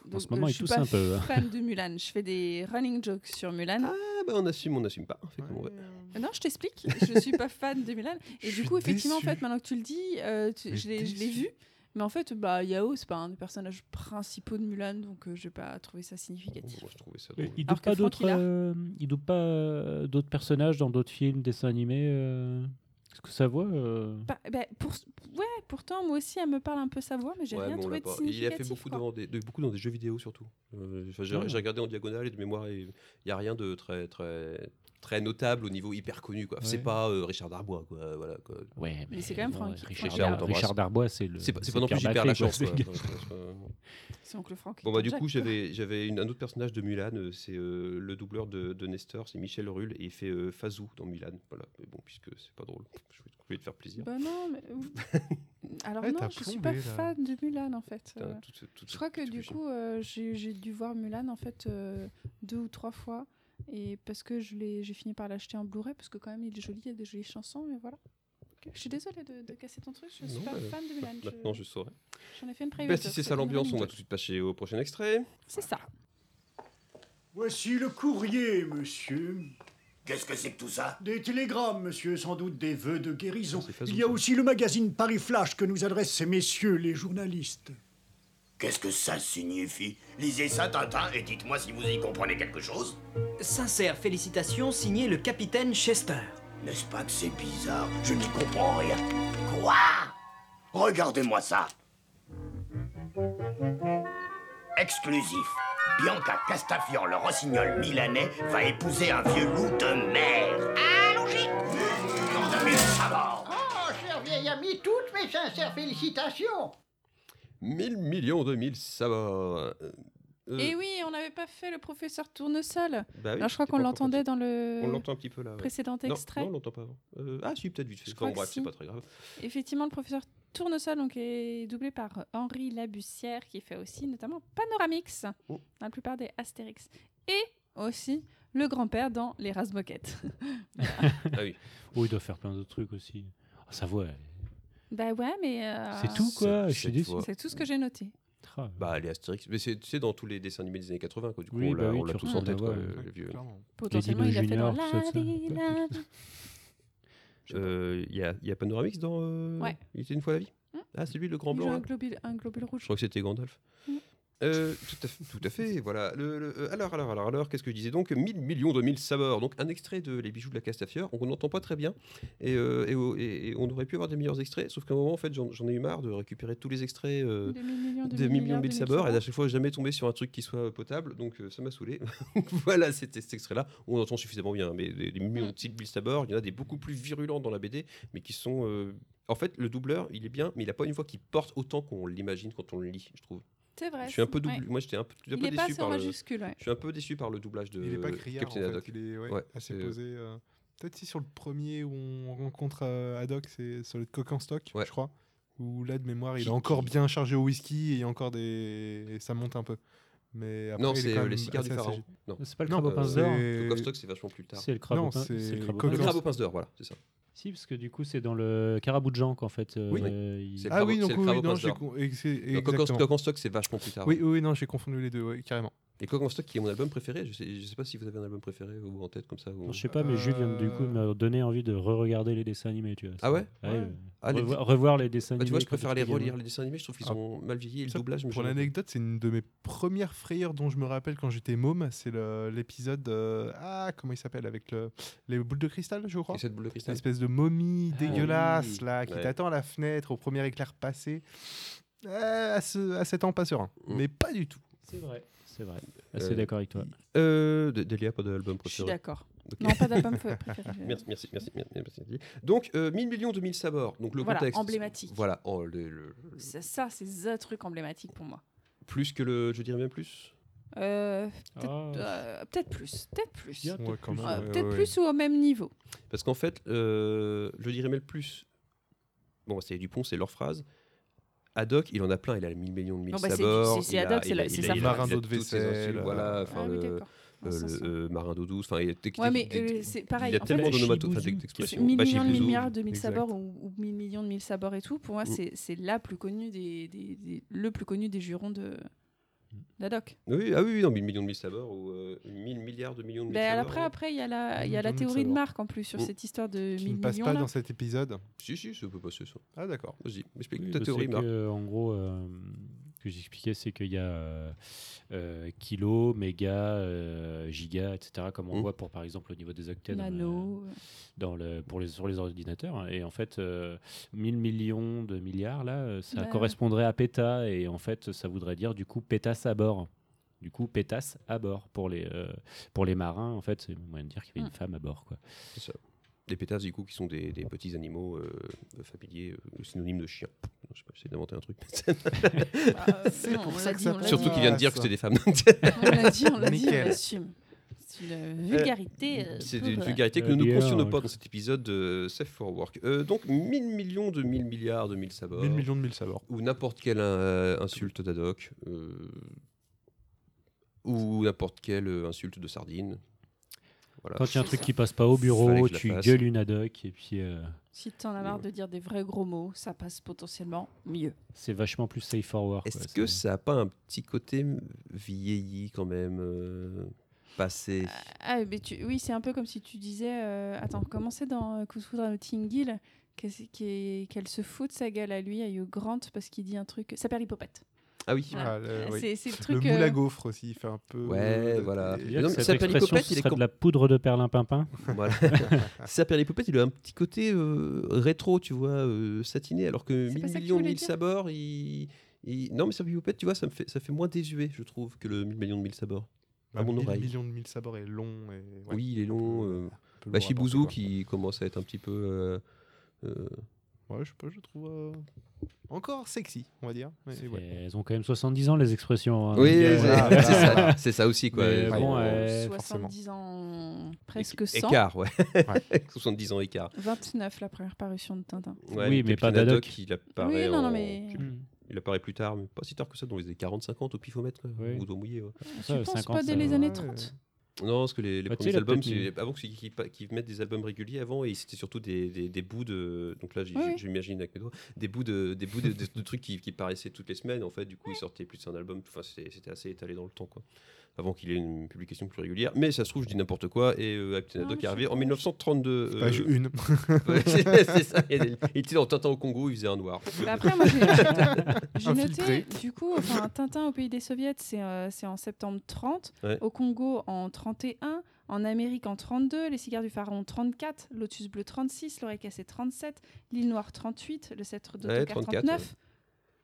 S10: Donc,
S9: ce moment,
S10: euh,
S9: il
S10: je suis
S9: tousse
S10: pas
S9: un peu, hein.
S10: fan de Mulan. Je fais des running jokes sur Mulan.
S8: Ah bah on assume, on n'assume pas. On fait comme on
S7: Ouais.
S8: veut.
S10: Euh, Non, je t'explique. Je suis pas fan de
S8: (laughs)
S10: Mulan. Et
S7: Je
S10: du
S7: suis
S10: coup, effectivement, en
S7: déçu.
S10: fait, maintenant que tu le dis, euh, tu-
S7: Mais
S10: je l'ai je l'ai
S7: déçu.
S10: vu. Mais en fait, bah, Yao, c'est pas un des personnages principaux de Mulan, donc euh, j'ai pas trouvé ça significatif.
S8: Moi, je trouvais ça
S9: Euh,
S8: drôle.
S9: Il double
S10: Alors que
S9: pas
S10: Franck
S9: d'autres
S10: Hillard-
S9: euh, il double pas euh, d'autres personnages dans d'autres films, dessins animés. euh, Est-ce que sa voix. euh,
S10: Pas- bah, pour, ouais, pourtant, moi aussi, elle me parle un peu sa voix, mais j'ai
S8: Ouais,
S10: rien
S8: mais on l'a
S10: trouvé de
S8: pas. Il a fait
S10: significatif.
S8: beaucoup,
S10: quoi.
S8: dans des, de- beaucoup dans des jeux vidéo surtout. Euh, enfin, j'ai
S9: Ah.
S8: j'ai regardé en diagonale et de mémoire, il n'y a rien de très, très, très notable au niveau hyper connu. quoi. C'est
S9: Ouais.
S8: pas euh, Richard Darbois. Quoi, voilà, quoi.
S9: Ouais,
S10: Mais c'est quand même
S9: bon,
S10: Franck-
S9: Richard,
S10: Franck
S9: Dar-
S8: Darbois.
S9: Richard Darbois, c'est le.
S8: C'est pas, c'est
S9: c'est
S8: pas non plus
S9: Pierre
S8: j'y perds la
S9: Baclé, quoi,
S8: chance.
S9: c'est (laughs)
S8: quoi.
S9: le
S8: Ouais, c'est pas-
S10: (laughs) C'est oncle Franck.
S8: Bon bah du
S10: Jack,
S8: coup
S10: quoi.
S8: j'avais j'avais une- un autre personnage de Mulan, euh, c'est euh, le doubleur de, de Nestor, c'est Michel Rull et il fait euh, Fazou dans Mulan. Voilà, mais bon puisque c'est pas drôle, (laughs) je vais trouver de faire plaisir.
S10: Bah non, mais.
S8: (laughs)
S10: Alors
S7: Ouais,
S10: non,
S7: t'as
S10: je suis pas
S7: plombé, là.
S10: fan de Mulan en fait.
S8: Putain,
S10: Euh,
S8: tout ce- tout ce-
S10: Je crois que
S8: tout ce
S10: du
S8: j'ai-
S10: coup, euh, j'ai j'ai dû voir Mulan en fait euh, deux ou trois fois. Et parce que je l'ai- j'ai fini par l'acheter en Blu-ray, parce que quand même il est joli, il y a des jolies chansons, mais voilà. Je suis désolée de, de casser ton truc, je suis
S8: Non,
S10: pas
S8: bah,
S10: fan de Mulan.
S8: Maintenant je saurai.
S10: je- J'en ai fait une private.
S8: Bah, si
S10: joke,
S8: c'est ça
S10: une
S8: l'ambiance,
S10: running
S8: on va
S10: joke.
S8: tout de suite passer au prochain extrait.
S10: C'est ça.
S11: Voici le courrier, monsieur.
S5: Qu'est-ce que c'est que tout ça
S11: Des télégrammes, monsieur, sans doute des vœux de guérison.
S8: Ah, c'est Fazou,
S11: Il y a
S8: ça.
S11: aussi le magazine Paris Flash que nous adressent ces messieurs, les journalistes.
S5: Qu'est-ce que ça signifie Lisez ça, Tintin, et dites-moi si vous y comprenez quelque chose.
S2: Sincère félicitations, signé le capitaine Chester.
S5: N'est-ce pas que c'est bizarre Je n'y comprends rien. Quoi Regardez-moi ça. Exclusif. Bianca Castafiore, le rossignol milanais, va épouser un vieux loup de mer.
S6: Ah, logique
S5: Nom de mille sabords
S6: Oh, cher vieil ami, toutes mes sincères félicitations
S8: 1000 millions de mille sabords. Euh, euh,
S10: Et Eh oui, on n'avait pas fait le professeur Tournesol.
S8: bah oui,
S10: Alors je crois
S8: c'est
S10: qu'on
S8: pas encore
S10: l'entendait
S8: parti.
S10: dans le
S8: On l'entend un petit peu là. ouais.
S10: précédent
S8: Non,
S10: extrait.
S8: Non, on l'entend pas avant. Euh, ah si, peut-être vite fait.
S10: Je
S8: Bon,
S10: crois que
S8: bref,
S10: si.
S8: c'est pas très grave.
S10: Effectivement, le professeur Tournesol donc, est doublé par Henri Labussière, qui fait aussi notamment Panoramix
S8: Oh.
S10: dans la plupart des Astérix. Et aussi le grand-père dans Les Races Moquettes.
S8: Ah oui.
S9: Oh, il doit faire plein d'autres trucs aussi. Ah, sa voix, elle-
S10: (laughs) bah ouais, mais. euh,
S9: c'est tout quoi.
S8: Cette-
S9: Je suis
S8: cette
S9: déçu.
S8: voix.
S10: C'est tout ce que j'ai noté.
S9: Ah,
S8: Bah, les Astérix, mais c'est c'est dans tous les dessins animés des années 80, quoi. Du coup,
S9: Oui,
S8: on
S9: bah
S8: l'a
S9: oui,
S8: on l'a
S9: tu
S8: tous en
S9: retrouves la
S8: tête,
S9: voix,
S8: quoi,
S9: euh,
S8: les vieux.
S7: Clairement.
S10: Potentiellement, il a fait dans
S9: Junior,
S10: La
S9: tout ça, tout ça.
S10: vie, la vie.
S8: Euh, Il y, a, il y a Panoramix dans. euh,
S10: Ouais.
S8: Il était une fois la vie
S10: Hmm.
S8: Ah, c'est lui le grand
S10: Il joue
S8: blanc.
S10: un
S8: hein.
S10: globule, un globule
S8: Je
S10: rouge.
S8: crois que c'était Gandalf.
S10: Hmm.
S8: Euh, tout, à fait, tout à fait, voilà. Le, le- euh, alors, alors, alors, alors, qu'est-ce que je disais donc 1000 millions de mille sabeurs. Donc, un extrait de Les bijoux de la Castafiore, on n'entend pas très bien. Et, euh, et au- et- et on aurait pu avoir des meilleurs extraits, sauf qu'à un moment, en fait, j'en j'en ai eu marre de récupérer tous les extraits euh,
S10: 2 millions,
S8: des millions mille sabeurs et à chaque fois jamais tombé sur un truc qui soit potable donc euh, ça m'a saoulé (laughs) voilà c'était cet extrait là on entend suffisamment bien hein, mais des, des millions de petites mille sabeurs il y en a des beaucoup plus virulents dans la BD mais qui sont euh, en fait le doubleur il est bien mais il a pas une voix qui porte autant qu'on l'imagine quand on le lit je trouve
S10: C'est vrai.
S8: je suis un
S10: c'est-
S8: peu double
S10: ouais.
S8: moi j'étais un peu, un
S10: Il
S8: peu
S10: est pas
S8: déçu
S10: sur
S8: par euh, le je
S10: majuscule, ouais.
S8: suis un peu déçu par le doublage de
S7: Il est pas criard, en
S8: Captain
S7: fait,
S8: Haddock
S7: il est ouais,
S8: Ouais,
S7: assez
S8: c'est-
S7: posé. euh, Peut-être si sur le premier où on rencontre euh, Haddock, c'est sur le coq en stock,
S8: Ouais.
S7: je crois. Où là, de mémoire, il
S8: Qui-
S7: est encore
S8: qui-
S7: bien chargé au whisky et il y a encore des. et ça monte un peu. Mais après,
S8: non
S7: il est
S8: c'est
S7: quand
S8: euh,
S7: même
S8: les cigares du
S7: assez
S8: pharaon
S7: agi-
S8: non
S9: C'est pas le
S7: Non,
S9: crabe au
S8: euh,
S9: pince d'or. hein.
S7: c'est-
S8: le Comstock c'est vachement plus tard
S9: C'est le crabe
S7: Non,
S9: au pince-
S7: c'est
S9: c'est le crabe au
S7: Coq
S8: le
S9: pince d'or.
S8: crabe aux pinces d'or voilà c'est ça
S9: Si, parce que du coup, c'est dans le Carabou de Jean qu'en fait. euh,
S8: Oui.
S9: il-
S8: C'est le
S7: Ah
S8: crabe-
S7: oui,
S8: c'est
S7: donc
S8: le
S7: oui,
S8: crabe
S7: oui,
S8: aux
S7: non,
S8: pinces
S7: j'ai
S8: d'or.
S7: con- ex-
S8: Le Coq en-
S7: exactement.
S8: Coq en stock c'est vachement plus tard
S7: Oui, oui, non, j'ai confondu les deux, ouais, carrément.
S8: Et Coq en stock qui est mon album préféré. Je sais, je sais pas si vous avez un album préféré ou en tête comme ça. ou-
S9: Je sais pas, mais Jules vient de- du coup
S7: Euh.
S9: me donner envie de re-regarder les dessins animés, tu vois.
S8: Ah ouais
S7: Ouais.
S9: euh,
S8: Ah, les-
S9: revoir, revoir les
S8: Ah,
S9: dessins animés.
S8: tu vois, je
S9: quand
S8: préfère
S9: j'étais
S8: les
S9: gamin.
S8: relire les dessins animés. Je trouve qu'ils
S7: Ah.
S8: ont mal vieilli. Et le
S7: Ça,
S8: doublage, je me
S7: Pour
S8: gêne.
S7: l'anecdote, c'est une de mes premières frayeurs dont je me rappelle quand j'étais môme. C'est le- l'épisode. euh, ah, comment il s'appelle Avec le, les boules de cristal, je crois.
S8: Et cette boule de
S7: Cette
S8: cristal.
S7: espèce de momie
S9: Ah
S7: dégueulasse
S8: oui.
S7: là qui
S8: Ouais.
S7: t'attend à la fenêtre au premier éclair passé. Euh, à, ce, à 7 ans, pas serein.
S8: Mm.
S7: Mais pas du tout.
S9: C'est vrai, c'est vrai. Assez
S8: Euh,
S9: d'accord avec toi.
S8: Euh, de- Delia, pas d'album
S10: Je suis
S8: préféré.
S10: d'accord.
S8: Ok.
S10: Non, pas
S8: (laughs)
S10: d'album préféré. je-
S8: Merci, merci, merci, merci, merci, merci. Donc, euh, 1000 millions de mille sabords. Donc, le
S10: Voilà,
S8: contexte.
S10: emblématique.
S8: Voilà, oh, le- le- le-
S10: Ça, ça, c'est the truc emblématique pour moi.
S8: plus que le. Je dirais même plus.
S10: Euh, peut-être
S9: Ah,
S10: euh, peut-être plus, peut-être plus.
S9: il y a
S10: Euh,
S9: peut-être
S7: Ouais, quand
S9: plus.
S7: même, ouais.
S10: peut-être plus ou au même niveau.
S8: Parce qu'en fait, euh, je dirais même plus. Bon, c'est Dupont, c'est leur phrase. Haddock, il en a plein, il a 1000 millions de mille
S10: Non, bah, c'est-
S8: sabords.
S10: c'est- c'est
S8: il a-
S10: Haddock,
S8: il
S10: c'est
S8: a-
S10: la-
S8: il a-
S10: c'est
S8: il
S10: sa
S8: a- il a
S10: phrase.
S7: Marin d'eau de
S8: toutes ses
S7: vaisselle,
S8: insultes, Voilà,
S7: euh,
S8: enfin,
S10: ah oui,
S8: le-
S10: d'accord. Dans
S8: Euh,
S10: ce
S8: le,
S10: sens-là.
S8: euh, marin d'eau douce. Enfin, il y a, tec-
S10: Ouais,
S8: tec-
S10: mais,
S8: des-
S10: euh,
S8: des-
S10: c'est
S8: il
S10: pareil.
S8: y a
S10: En fait,
S8: tellement d'onomatopées,
S9: Chibouzou.
S8: enfin, d'ex-
S10: Mille
S8: d'expressions. Bah,
S10: millions de
S8: Bachibouzou.
S10: milliards de mille
S7: Exact.
S10: sabords ou, ou mille millions de mille sabords et tout, pour
S8: Mm.
S10: moi, c'est c'est la plus connue des, des- des- le plus connu des jurons de la doc.
S8: Oui, ah oui, oui, non, 1000 millions de mille sabords ou euh, 1000 milliards de millions de mille
S10: Ben,
S8: sabords.
S10: après, après, il y a la, il y a
S7: Millions de
S10: la
S7: mille
S10: théorie de
S7: sabords.
S10: Marc en plus sur
S8: Mm.
S10: cette histoire de
S7: Qui
S10: mille
S7: ne passe
S10: millions
S7: pas
S10: là.
S7: dans cet épisode.
S8: euh. Si, si, ça peut passer ça.
S7: Ah, d'accord.
S8: Vas-y, explique
S9: Oui,
S8: ta
S9: bah,
S8: théorie,
S9: c'est
S8: Marc.
S9: que, En gros, euh, que j'expliquais, c'est qu'il y a euh, euh, kilo, méga, euh, giga, etc. Comme on
S8: Mhm.
S9: voit pour par exemple au niveau des octets dans le-
S10: Nano.
S9: dans le, pour les, sur les ordinateurs. hein. Et en fait, euh, 1000 millions de milliards, là, euh, ça
S10: Ouais.
S9: correspondrait à péta. Et en fait, ça voudrait dire du coup pétasse à bord. Du coup, pétasse à bord pour les, euh, pour les marins. En fait, c'est moyen de dire qu'il y avait
S10: Mmh.
S9: une femme à bord. Quoi.
S8: C'est ça. Des pétasses, du coup, qui sont des, des petits animaux euh, euh, familiers, euh, synonymes de chien. Je sais pas, j'essaie d'inventer un truc.
S10: Ah, euh, C'est non, pour on ça l'a que dit, ça on l'a passe.
S8: (laughs)
S10: dit.
S8: Surtout qu'il vient de dire que c'était des femmes.
S10: On l'a dit, on l'a dit, on
S8: Nickel.
S10: l'assume. C'est une vulgarité. euh,
S8: (laughs) C'est
S10: peu-
S8: une vulgarité que
S9: Euh,
S8: nous ne
S9: bien,
S8: cautionnons
S9: euh,
S8: pas dans cet épisode de Safe for Work. Euh, donc, 1000 millions de 1000 milliards de 1000 sabords.
S7: 1000 millions de 1000 sabords.
S8: Ou n'importe quelle euh, insulte d'Adoc. euh, ou n'importe quelle euh, insulte de sardine. Voilà.
S9: Quand il y a un truc qui passe pas au bureau,
S8: Bah, Fallait que je
S9: tu
S8: la fasse.
S9: gueules une adoc et puis euh,
S10: Si t'en as marre de dire des vrais gros mots, ça passe potentiellement mieux.
S9: c'est vachement plus safe forward.
S8: Est-ce que ça n'a pas un petit côté vieilli quand même euh, Passé
S10: Ah, mais tu- oui, c'est un peu comme si tu disais. euh, Attends, comment c'est dans euh, Coup de foudre à Notting Hill qu'est-ce- qu'est- qu'elle se fout de sa gueule à lui, à Hugh Grant, parce qu'il dit un truc. Ça perd l'hypopète.
S8: Ah oui.
S10: Voilà.
S7: Ah, le, oui.
S10: C'est c'est le truc.
S7: moule
S10: euh,
S7: à gaufre aussi, il fait un peu. euh,
S8: Ouais, voilà.
S7: Et-
S8: Mais non, mais
S9: cette
S8: ça s'appelle
S9: expression,
S8: Hypopète,
S9: ce
S8: il est
S9: serait
S8: com-
S9: de la poudre de perlimpinpin.
S10: Euh. (laughs)
S8: Voilà. (laughs) ça perd les poupettes, il a un petit côté euh, rétro, tu vois, euh, satiné, alors que
S10: C'est pas
S8: 1000
S10: ça que tu
S8: millions de
S10: voulais
S8: 1000
S10: dire
S8: sabords, il, il- Non, mais ça poupette, tu vois, ça, me fait, ça fait moins désuet, je trouve, que le 1000 millions de 1000 sabords. à
S7: Bah,
S8: mon
S7: 1000
S8: oreille.
S7: millions de 1000 sabords est long. Et, ouais,
S8: Oui, il est long. euh, bah,
S7: un peu lourd à porter,
S8: Shibuzu
S7: quoi.
S8: qui commence à être un petit peu. euh, euh,
S7: Ouais, je sais pas, je le trouve euh, encore sexy, on va dire. Mais,
S9: Et
S7: ouais.
S9: Elles ont quand même 70 ans, les expressions. hein.
S8: Oui,
S9: Donc,
S8: c'est-
S9: voilà.
S8: (laughs) c'est ça, c'est ça aussi, quoi.
S9: Mais
S8: Ouais,
S9: bon,
S8: on-
S9: euh,
S7: forcément.
S10: 70 ans, presque 100.
S8: Écart, ouais. (laughs) 70 ans écart.
S10: 29, la première parution de Tintin.
S8: Ouais,
S9: Oui,
S8: le
S9: mais pas
S8: Capitaine
S9: d'Haddock.
S8: Haddock, Il apparaît,
S10: Oui, non, non,
S8: en-
S10: mais-
S8: il apparaît plus tard, mais pas si tard que ça, dans les années 40-50 au pifomètre, quoi,
S9: Oui.
S8: ou doigt mouillé. ouais.
S9: Ça,
S10: tu penses
S9: 50,
S10: pas dès
S9: ça-
S10: les années
S7: ouais.
S10: 30
S8: Non, parce que les, les
S9: Bah, tu
S8: premiers
S9: sais, il a
S8: albums,
S9: peut-être mis-
S8: c'est avant qu'ils qu'ils pa- qu'ils mettent des albums réguliers avant, et c'était surtout des, des, des bouts de. Donc là, j'y-
S10: Oui.
S8: j'imagine avec mes doigts, des bouts de, des bouts de, de- de trucs qui, qui paraissaient toutes les semaines. En fait, du coup, ils sortaient plus d'un album. Enfin, c'était c'était assez étalé dans le temps, quoi. Avant qu'il ait une publication plus régulière. Mais ça se trouve, je dis n'importe quoi. Et euh, Captain
S10: Non,
S8: Haddock
S10: je
S8: est arrivé
S10: sais
S8: en
S10: pas.
S8: 1932. euh,
S7: Page (laughs) une.
S8: (laughs) ouais, c'est c'est ça. Il y a des- il était dans Tintin au Congo, il faisait un noir.
S10: Bah Après, moi, j'ai-
S8: (laughs)
S10: j'ai
S7: Infiltré.
S10: noté, du coup, enfin, Tintin au pays des soviets, c'est euh, c'est en septembre 30,
S8: Ouais.
S10: au Congo en 31, en Amérique en 32, les cigares du pharaon 34, Lotus bleu 36, l'oreille cassée 37, l'île noire 38, le sceptre de
S8: Ouais, 34,
S10: 39.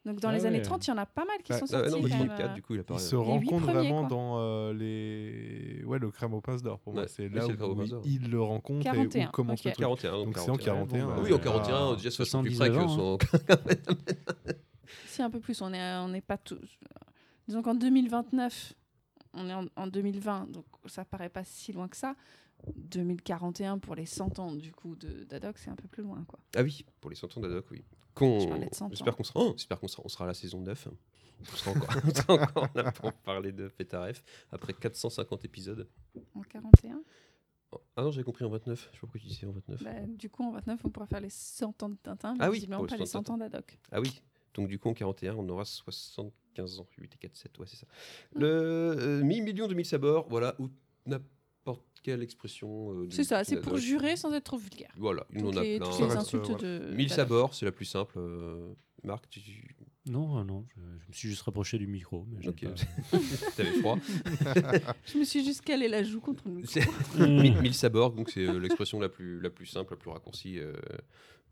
S10: Donc dans
S9: Ah
S10: les
S9: ouais.
S10: années 30, il y en a pas mal qui
S7: Ouais.
S10: sont
S8: Ah,
S10: sortis.
S8: non,
S10: quand
S8: mais
S10: même,
S8: 34,
S10: euh.
S8: du coup, il
S7: Il
S8: apparaît.
S7: se
S10: huit
S7: rencontre
S10: premiers,
S7: vraiment
S10: quoi.
S7: dans euh, les. Ouais, le crème aux pinces d'or pour moi.
S8: Ouais,
S7: C'est
S8: oui,
S7: là
S8: c'est
S7: où,
S8: le crème aux
S7: où
S8: pinces d'or.
S7: il le rencontre et
S10: 41,
S7: où commence le
S10: ok.
S7: truc.
S8: 41.
S7: Donc c'est en 41.
S9: bon, bah,
S8: Oui, en
S9: euh,
S8: 41, déjà, euh, ça fait plus
S9: 79
S8: frais que
S9: ans, hein.
S8: son.
S10: Si, un peu plus. On n'est on est pas tous. Disons qu'en 2029, on est en, en 2020, donc ça paraît pas si loin que ça. 2041 pour les 100 ans du coup de d'Adoc, c'est un peu plus loin quoi.
S8: Ah oui, pour les 100 ans d'Adoc, oui. Qu'on-
S10: Je parlais de 100 ans.
S8: J'espère qu'on sera... oh, j'espère qu'on sera... on sera à la saison 9. On sera encore, (laughs) on sera encore là pour parler de Pétaref après 450 épisodes.
S10: En 41
S8: Oh, Ah non, j'avais compris en 29. Je sais pas pourquoi tu disais en 29.
S10: Bah, Du coup en 29, on pourra faire les 100 ans de Tintin, mais
S8: Ah oui,
S10: visiblement
S8: pour les
S10: pas les
S8: 100
S10: 100 ans d'Adoc.
S8: Ah oui. Donc du coup, en 41, on aura 75 ans. 8 et 4, 7. Ouais, c'est ça.
S10: Mm.
S8: Le euh, mi-million de mille sabords, voilà, ou n'importe quelle expression. euh, du
S10: C'est ça,
S8: Capitaine
S10: c'est pour
S8: Haddock.
S10: jurer sans être trop vulgaire.
S8: Voilà, il en
S10: Toutes
S8: a
S10: les, toutes les
S8: plein.
S7: reste,
S10: insultes
S7: euh,
S10: de.
S8: Mille
S10: d'Haddock.
S8: sabords, c'est la plus simple. euh, Marc, tu...
S9: Non, non, je, je me suis juste rapproché du micro. Mais je n'ai
S8: Ok. (laughs) t'avais froid.
S10: Je me suis juste calé la joue contre nous.
S8: C'est-
S9: pas-
S8: Mi- Mille sabords, donc c'est euh, l'expression la plus, la plus simple, la plus raccourcie euh,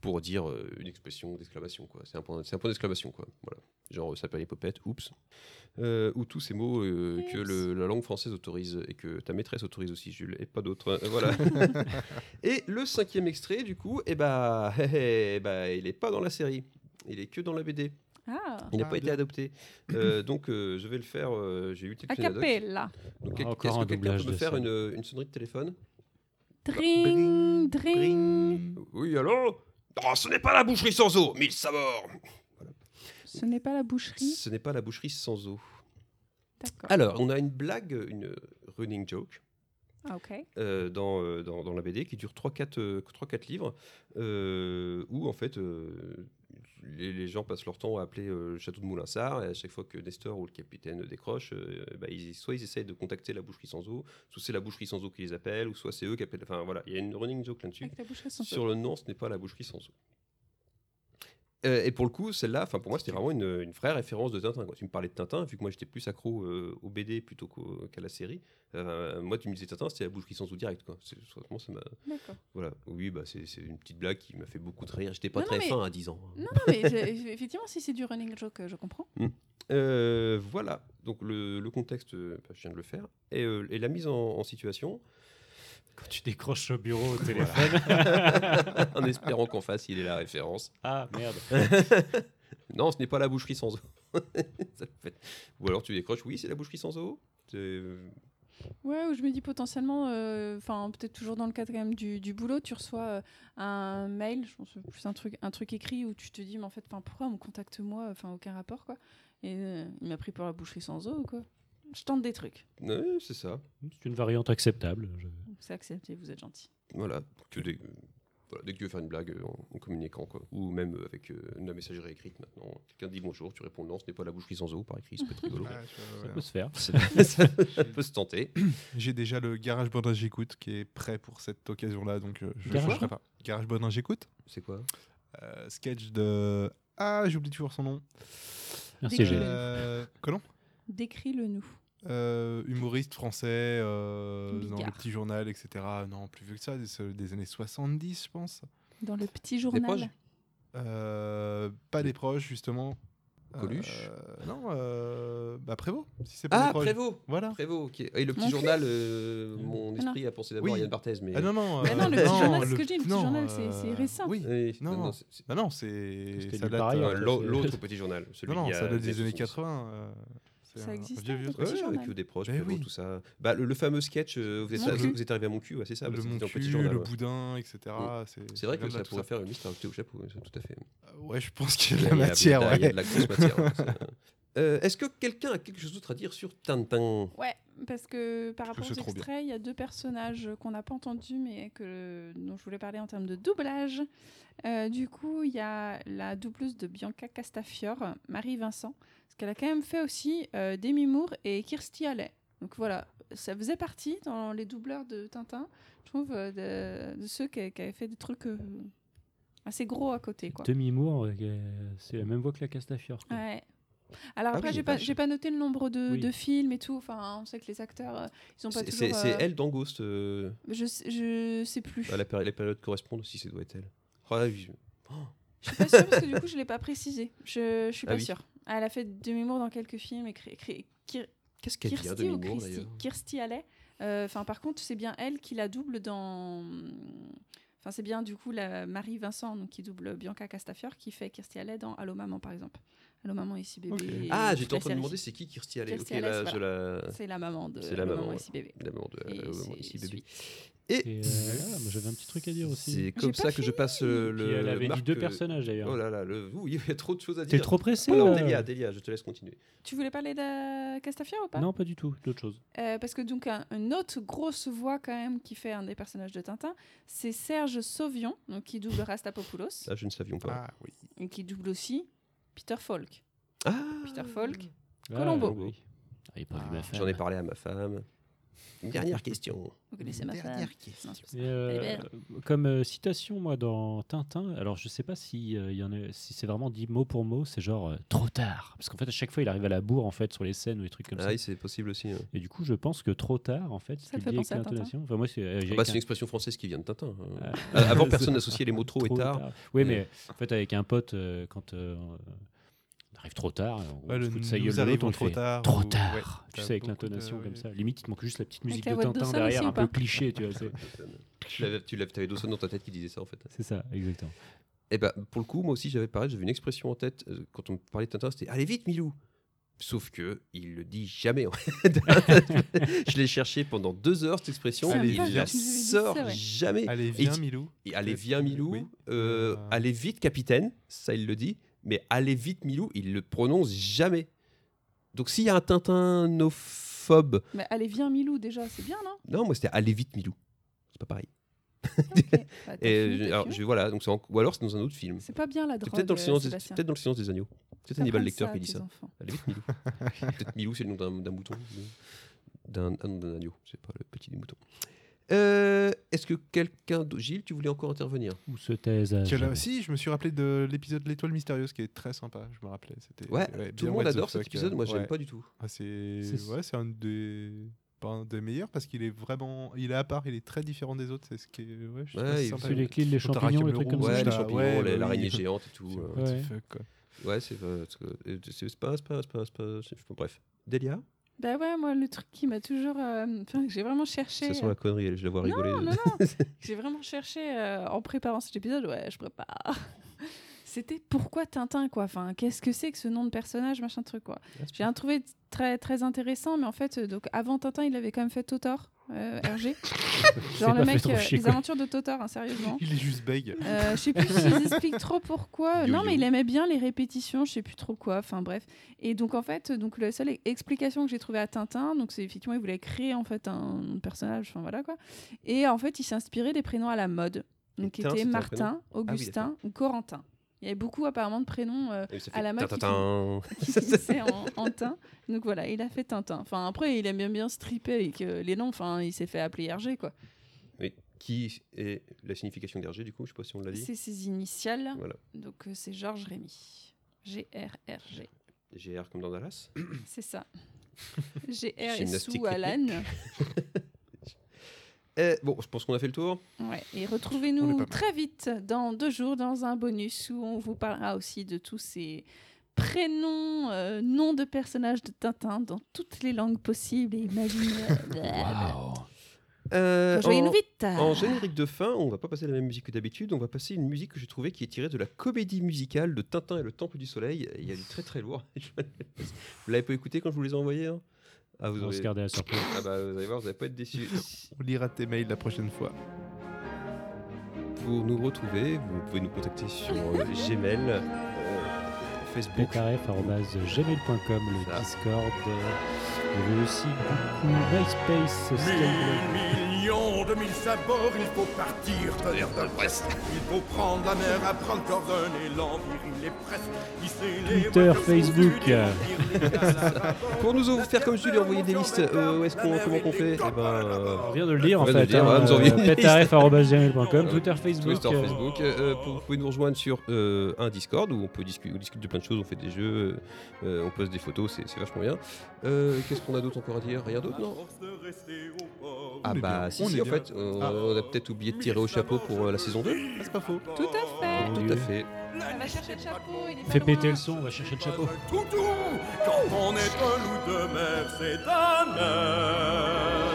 S8: pour dire euh, une expression d'exclamation. quoi. C'est un point, c'est un point d'exclamation. quoi. Voilà. Genre, euh, ça s'appelle popette, oups. Euh, ou tous ces mots euh, que le- la langue française autorise et que ta maîtresse autorise aussi, Jules, et pas d'autres. Euh,
S10: (laughs)
S8: voilà. et le cinquième extrait, du coup, eh bah, (laughs) eh bah, il est pas dans la série. Il est que dans la BD.
S10: Ah,
S8: Il n'a
S7: Ah,
S8: pas été
S7: bien.
S8: adopté. Euh, donc, euh, je vais le faire. euh, J'ai eu le
S10: a
S8: Capitaine Haddock.
S10: cappella.
S8: Donc,
S9: Ah,
S8: quel-
S9: encore
S8: est-ce
S9: un
S8: que quelqu'un peut
S9: doublage
S8: me
S9: de
S8: faire
S9: ça.
S8: une, une sonnerie de téléphone
S10: Dring, dring.
S8: Oui, alors Oh, ce n'est pas la boucherie sans eau, mille sabords
S10: Ce n'est pas la boucherie.
S8: Ce n'est pas la boucherie sans eau.
S10: D'accord.
S8: Alors, on a une blague, une running joke
S10: Ah, ok.
S8: euh, dans, euh, dans, dans la BD qui dure 3-4 euh, 3-4 livres euh, où, en fait, euh, les, les gens passent leur temps à appeler euh, le château de Moulinsart et à chaque fois que Nestor ou le capitaine décroche, euh, bah, ils, soit ils essayent de contacter la boucherie sans eau, soit c'est la boucherie sans eau qui les appelle, ou soit c'est eux qui appellent. Enfin, voilà, il y a une running joke là-dessus.
S10: Avec la boucherie sans
S8: Sur le nom, ce n'est pas la boucherie sans eau. euh, et pour le coup, celle-là, enfin pour moi, c'était vraiment une, une vraie référence de Tintin. Quoi. Tu me parlais de Tintin, vu que moi j'étais plus accro euh, au BD plutôt qu'au- qu'à la série. euh, moi, tu me disais Tintin, c'était la bouche qui s'en sous direct. Quoi. C'est- franchement, ça m'a.
S10: D'accord.
S8: Voilà. Oui, bah c'est c'est une petite blague qui m'a fait beaucoup de rire. J'étais pas
S10: Non,
S8: très
S10: non, mais-
S8: fin à 10 ans.
S10: Non, non, mais j'ai- effectivement, si c'est du running joke, euh, je comprends.
S8: Hmm. Euh, voilà, donc le, le contexte, euh, bah, je viens de le faire, et, euh, et la mise en, en situation. (laughs)
S9: Quand tu décroches au bureau au
S8: Voilà.
S9: téléphone.
S8: en espérant qu'en face, il ait la référence.
S9: (laughs) Ah, merde.
S8: non, ce n'est pas la boucherie sans eau. (laughs) Ça le fait. Ou alors tu décroches, oui, c'est la boucherie sans eau. C'est- euh,
S10: Ouais, ou je me dis potentiellement, euh, enfin peut-être toujours dans le cadre quand même du, du boulot, tu reçois euh, un mail, je pense plus un truc, un truc écrit où tu te dis, mais en fait, 'fin, pourquoi on me contacte moi, enfin aucun rapport quoi. Et euh, il m'a pris pour la boucherie sans eau ou quoi. Je tente des trucs,
S8: Ouais, c'est ça.
S9: C'est une variante acceptable. je-
S10: c'est accepté, vous êtes gentil.
S8: Voilà. Que dès, voilà, dès que tu veux faire une blague, euh, en, en communiquant, quoi. Ou même euh, avec euh, la messagerie écrite maintenant. Quelqu'un dit bonjour, tu réponds non, ce n'est pas la boucherie sans eau par écrit, c'est peut être rigolo.
S7: Ah, tu vois,
S9: Ça peut se faire.
S8: C'est- (laughs) ça peut se tenter.
S7: J'ai déjà le Garage Band J'écoute qui est prêt pour cette occasion-là, donc euh, je ne
S9: Garage
S7: changerai
S9: quoi
S7: pas. Garage Band J'écoute
S8: C'est quoi
S7: Euh, Sketch de. Ah, j'oublie toujours son nom.
S9: Merci, Gilles.
S8: (laughs)
S7: Euh, Colomb
S10: Décris-le nous.
S7: Euh, humoriste français euh, dans le
S10: Bigard.
S7: petit journal, etc. Non, plus vieux que ça, des, ce- des années 70, je pense.
S10: Dans le petit
S8: proches
S10: journal.
S7: Euh, pas des proches, justement.
S8: Coluche
S7: Euh, Non, euh, bah Prévost, si c'est
S8: Ah,
S7: pas des proches.
S8: Prévost
S7: Voilà.
S8: Prévost, ok. Et le petit
S10: Mon
S8: journal, euh, mon
S10: Ah
S8: esprit a pensé d'abord
S7: Oui.
S8: à Yann Barthès, mais.
S7: Ah non, non.
S10: Bah
S7: euh,
S10: non, le petit journal, c'est ce
S7: le-
S10: que j'ai, le petit
S7: non,
S10: journal, c'est-
S7: euh,
S10: c'est récent.
S7: Oui.
S8: Oui,
S7: Non, non.
S8: c'est- c'est-
S7: Bah non, c'est.
S9: C'était
S7: ça
S9: lu
S7: date,
S9: par ailleurs.
S7: euh,
S8: euh, l'au- L'autre petit journal, celui
S7: Non, non,
S8: qui a
S7: ça date des
S8: des
S7: années
S8: sons-
S7: 80. euh, c'est
S10: Ça
S7: un
S10: existe,
S7: vieux,
S10: un
S7: vieux
S10: petit
S8: Ouais,
S7: truc.
S10: journal.
S8: avec des proches,
S7: Eh
S8: Prévost,
S7: oui.
S8: tout ça. Bah, le, le fameux sketch, euh, vous,
S9: Ah,
S8: êtes,
S10: Mon cul.
S8: vous êtes arrivé à mon cul, ouais, c'est ça. bah,
S7: Le
S8: c'était
S7: mon
S8: un
S7: cul,
S8: petit journal,
S7: le
S8: ouais.
S7: boudin, etc.
S8: C'est vrai que
S7: vient de
S8: ça
S7: là, tout
S8: pourrait faire une liste à rajouter au chapeau, ça, tout à
S9: (laughs)
S8: fait.
S7: Euh, Ouais, je pense qu'il y a de
S8: Là,
S7: la
S8: il y a-
S7: matière.
S8: Il y a
S7: ouais.
S8: de la grosse matière. ouais, c'est- (laughs) Euh, Est-ce que quelqu'un a quelque chose d'autre à dire sur Tintin
S10: Ouais, parce que par
S7: Parce que
S10: rapport aux
S7: c'est trop bien.
S10: extraits, il y a deux personnages qu'on n'a pas entendus, mais que, dont je voulais parler en termes de doublage. Euh, du coup, il y a la doubleuse de Bianca Castafiore, Marie Vincent, parce qu'elle a quand même fait aussi euh, Demi Moore et Kirsty Alley. Donc voilà, ça faisait partie dans les doubleurs de Tintin, je trouve, euh, de, de ceux qui, qui avaient fait des trucs euh, assez gros à côté. Quoi.
S9: Demi-mour, euh, c'est la même voix que la Castafiore. quoi.
S10: Ouais. Alors
S8: Ah
S10: après,
S8: oui,
S10: j'ai
S8: la
S10: pas,
S8: vache.
S10: j'ai pas noté le nombre de,
S9: Oui.
S10: de films et tout. Enfin, on sait que les acteurs, euh, ils ont pas
S8: C'est-
S10: toujours.
S8: C'est c'est
S10: euh,
S8: elle dans Ghost euh,
S10: Je, sais- je sais plus.
S8: à Bah, la péri- les périodes correspondent aussi, ça doit être elle. Oh, là, oui.
S10: Je suis pas sûre
S8: (laughs)
S10: parce que du coup, je l'ai pas précisé. Je, je suis
S8: Ah
S10: pas
S8: oui.
S10: sûre. Elle a fait de mémoire dans quelques films. Et cré- cré- Kir-
S8: Qu'est-ce qu'elle vient de
S10: Kirsty ou
S8: Mimour
S10: Christy
S8: d'ailleurs
S10: Kirsty Alley. Euh, Enfin, par contre, c'est bien elle qui la double dans. Enfin, c'est bien du coup la Marie Vincent donc, qui double Bianca Castafiore qui fait Kirsty Alley dans Allô Maman, par exemple. Allô Maman, ici bébé.
S7: Ok.
S10: et
S8: Ah,
S10: toute
S8: j'étais en train
S10: la
S8: de
S10: série.
S8: demander c'est qui Kirsty Alley Ok,
S10: Kirstie Alley,
S8: là,
S10: c'est
S8: je la.
S10: C'est la maman de
S8: C'est la
S10: Allô
S8: maman, ouais.
S10: ici bébé.
S8: La maman de
S10: Et
S8: euh,
S10: c'est-
S8: maman ici,
S10: c'est
S8: bébé.
S9: Et
S8: Et
S9: euh, voilà, moi, j'avais un petit truc à dire aussi.
S8: c'est comme
S10: Ah,
S8: ça
S10: pas
S8: que je passe euh,
S9: Puis
S8: le.
S9: elle avait dit
S8: Marc,
S9: deux
S8: euh,
S9: personnages d'ailleurs.
S8: Oh là là, le... ouh, il y a trop de choses à
S9: Hein. T'es
S8: dire.
S9: trop pressé euh,
S8: Alors,
S9: là.
S8: Delia, Delia, je te laisse continuer.
S10: Tu voulais parler de Castafiore ou pas
S9: Non, pas du tout, d'autres choses.
S10: Euh, parce que donc un- une autre grosse voix quand même qui fait un des personnages de Tintin, c'est Serge Sauvion, donc qui double Rastapopoulos
S8: Ça, je ne savions pas.
S7: Ah oui.
S10: et qui double aussi Peter Falk.
S8: Ah,
S10: Peter Falk. Colombo.
S9: Ah, oui. Ah, il est pas vu ma femme.
S8: J'en ai parlé à ma femme. Une dernière question.
S10: Vous connaissez ma femme Non, c'est pas ça.
S9: Et, euh,
S8: Eh
S10: Elle est belle.
S8: ben.
S9: comme euh, citation, moi, dans Tintin, alors je sais pas si, euh, il y en a, si c'est vraiment dit mot pour mot, c'est genre euh, trop tard. Parce qu'en fait, à chaque fois, il arrive à la bourre en fait, sur les scènes ou des trucs comme
S8: Ah
S9: ça.
S8: oui, c'est possible aussi. hein.
S9: Et du coup, je pense que trop tard, en fait,
S10: Ça
S9: ce
S10: te
S9: qu'il
S10: fait
S9: dit avec
S10: penser à Tintin
S9: l'intonation. Enfin, moi, c'est, euh, j'ai
S8: Ah bah,
S9: avec
S8: c'est
S9: un-
S8: une expression française qui vient de Tintin. hein.
S9: Ah.
S8: (laughs) Ah,
S9: (laughs)
S8: Avant, personne n'associait les mots trop, et tard.
S9: Oui, mais en fait, avec un pote, euh, quand euh, on arrive trop tard, on
S7: Ouais,
S9: se
S7: le
S9: fout de sa
S7: nous
S9: gueule de l'autre, on
S7: arrivons
S9: le
S7: trop
S9: fait
S7: tard
S9: Trop
S7: ou-
S9: tard
S7: ouais,
S9: Tu
S7: t'as
S9: sais, avec
S7: beaucoup de-
S9: l'intonation comme ça. Limite, il manque juste la petite musique
S10: la
S9: de
S10: voix de
S9: Tintin
S10: Dawson
S9: derrière,
S10: aussi ou
S9: un peu
S10: pas
S8: (laughs)
S9: cliché, tu vois. c'est-
S8: Tu l'avais- Tu l'avais- t'avais Dawson dans ta tête qui disait ça en fait.
S9: C'est ça, exactement.
S8: Eh ben, pour le coup, moi aussi, j'avais pareil, j'avais une expression en tête euh, quand on me parlait de Tintin, c'était Allez vite, Milou Sauf que il le dit jamais. en fait. (laughs) je l'ai cherché pendant deux heures cette expression.
S9: Ah,
S7: Allez,
S8: il
S7: viens.
S8: la
S10: Tu nous avais dit
S8: sort
S10: ça, ouais.
S8: jamais.
S7: Allez,
S8: Et il
S7: viens,
S8: dit-
S7: Milou.
S8: Et allez, viens, Milou.
S7: Oui.
S8: Euh,
S7: Euh,
S8: Allez vite, capitaine. Ça, il le dit. Mais allez vite, Milou, il le prononce jamais. Donc, s'il y a un tintinophobe.
S10: Mais allez viens Milou déjà, c'est bien
S8: (laughs)
S10: non
S8: Non, moi, c'était allez vite, Milou. C'est pas pareil.
S10: Ok. Bah, t'as
S8: Et
S10: fini,
S8: je-
S10: t'as
S8: alors,
S10: fini.
S8: je- voilà, donc c'est en- ou alors c'est dans un autre film.
S10: C'est pas bien la
S8: C'est
S10: drogue.
S8: peut-être dans, le silence des-
S10: Sébastien.
S8: peut-être dans le silence des agneaux. C'est Hannibal Lecter qui dit ça.
S10: Enfants.
S8: Allez vite,
S10: (laughs)
S8: Milou. Peut-être Milou, c'est le nom d'un d'un mouton. D'un d'un- d'un agneau, c'est pas le petit des moutons. Euh, Est-ce que quelqu'un. d'autre- Gilles, tu voulais encore intervenir
S7: Euh,
S9: Ou se taise. à
S7: Quel-
S9: jamais.
S7: Si, je me suis rappelé de l'épisode L'étoile mystérieuse qui est très sympa, je me rappelais. C'était,
S8: Ouais, tout
S7: bien
S8: le monde
S7: what the
S8: adore cet
S7: fuck,
S8: épisode, moi, je l'aime
S7: ouais.
S8: pas du tout.
S7: Ah, c'est...
S8: C'est-
S7: Ouais, c'est un des... pas un des meilleurs parce qu'il est vraiment. Il est à part, il est très différent des autres, c'est ce qui est. Ouais, je trouve
S8: Ouais,
S7: ça
S8: il-
S7: sympa.
S9: Celui avec l'île, les
S7: Quand t'as
S9: champignons, les
S7: Raquel
S9: trucs comme
S7: Leroux,
S8: Ouais,
S9: ça.
S8: les
S7: là,
S8: champignons,
S7: ouais,
S8: les-
S7: bah
S8: l'araignée
S7: oui.
S8: géante et tout.
S7: C'est
S8: euh,
S7: what the
S9: Ouais.
S7: fuck, quoi.
S8: Ouais, c'est euh, c'est- euh, c'est- c'est pas, c'est pas, c'est pas, c'est pas, c'est- bon, bref. Delia,
S10: Bah ouais, moi, le truc qui m'a toujours. euh, (laughs) enfin, que j'ai vraiment cherché.
S8: ça sent la connerie, elle, je la vois rigoler. (laughs)
S10: Non, non, non. que J'ai vraiment cherché euh, en préparant cet épisode. Ouais, je prépare. (laughs) C'était pourquoi Tintin, quoi. Enfin, qu'est-ce que c'est que ce nom de personnage, machin truc, quoi. J'ai un trouvé très, très intéressant, mais en fait, euh, donc avant Tintin, il avait quand même fait Totor, euh,
S7: (laughs)
S10: RG. Genre
S7: pas
S10: le mec,
S7: fait trop
S10: euh,
S7: chier,
S10: les
S7: quoi.
S10: aventures de Totor, hein, sérieusement.
S7: Il est juste bègue.
S10: Euh, je
S8: (laughs)
S10: sais plus s'ils expliquent trop pourquoi.
S7: Yo-yo.
S10: Non, mais il aimait bien les répétitions, je sais plus trop quoi. Enfin bref. Et donc en fait, donc la seule e- explication que j'ai trouvée à Tintin, donc c'est effectivement il voulait créer en fait un personnage. Enfin voilà quoi. Et en fait, il s'est inspiré des prénoms à la mode. Donc qui
S8: Tintin,
S10: étaient
S8: c'était un
S10: Martin,
S8: prénom Ah oui,
S10: Augustin ou Corentin. Il y avait beaucoup apparemment de
S8: (laughs)
S10: prénoms euh,
S8: Et ça fait
S10: à la mode qui
S8: tintin.
S10: se- qui se (laughs) disaient en, en tin. Donc voilà, il a fait Tintin. Enfin après, il aime bien bien stripper avec euh, les noms. Enfin, il s'est fait appeler Hergé quoi.
S8: Oui. Qui est la signification d'Hergé, du coup Je sais pas si on l'a dit.
S10: C'est ses initiales.
S8: Voilà.
S10: Donc euh, c'est Georges Rémy. G-R-R-G.
S8: GR comme dans Dallas. (laughs)
S10: C'est ça. G-R et
S8: Gymnastique
S10: sous Alan.
S8: Eh, bon, je pense qu'on a fait le tour.
S10: Ouais.
S8: On
S10: Et
S8: est pas
S10: retrouvez-nous
S8: mal.
S10: très vite dans deux jours dans un bonus où on vous parlera aussi de tous ces prénoms, euh, noms de personnages de Tintin dans toutes les langues possibles
S8: (laughs)
S10: et imaginables.
S8: Euh,
S10: Rejoignez-nous
S8: en-
S10: vite.
S8: En générique de fin, on va pas passer la même musique que d'habitude, on va passer une musique que j'ai trouvée qui est tirée de la comédie musicale de Tintin et le Temple du Soleil. Il y a du très très lourd. (laughs) vous l'avez pas écouté quand je vous les ai envoyés hein ah, vous
S7: On se gardait la surprise.
S8: Ah bah, vous allez voir, vous allez pas être déçus.
S7: On lira tes mails la prochaine fois.
S8: Pour nous retrouver, vous pouvez nous contacter sur euh, Gmail, euh, Facebook.
S9: Pocaref.gmail.com, le Discord, euh, il y avait aussi beaucoup MySpace, Skyblog.
S12: Millions de mille sabords, il faut partir tonnerre de l'Ouest. Il faut prendre la mer, à prendre corps d'un élan, viril et presque. Hisser les
S9: Twitter,
S12: voitures
S9: Facebook. euh,
S8: Pour nous vous faire comme Jules, envoyer des listes, euh, où est-ce qu'on, comment on fait Eh ben, euh,
S9: On vient de le lire en
S8: on vient de
S9: fait.
S8: le dire,
S9: hein,
S8: voilà, nous envoyez
S9: euh,
S8: une liste.
S9: petaref@gmail.com,
S8: Euh,
S9: Twitter, Facebook.
S8: Twitter,
S9: euh,
S8: Facebook. Euh, vous vous pouvez nous rejoindre sur euh, un Discord où on peut discuter, on discute de plein de choses, on fait des jeux, euh, on poste des photos, c'est, c'est vachement bien. Euh, qu'est-ce qu'on a d'autre encore à dire Rien d'autre, non Ah
S7: On est
S8: bah
S7: bien,
S8: si,
S7: on
S8: si
S7: est
S8: en
S7: bien.
S8: fait, euh,
S7: Ah.
S8: on a peut-être oublié de tirer au chapeau pour euh, la saison 2.
S7: c'est pas faux.
S10: Tout à fait.
S8: Tout à fait.
S10: On va chercher le chapeau. Il est
S9: Fais péter le son, on va chercher le chapeau.
S12: Toutou, quand on est un loup de mer, c'est un mer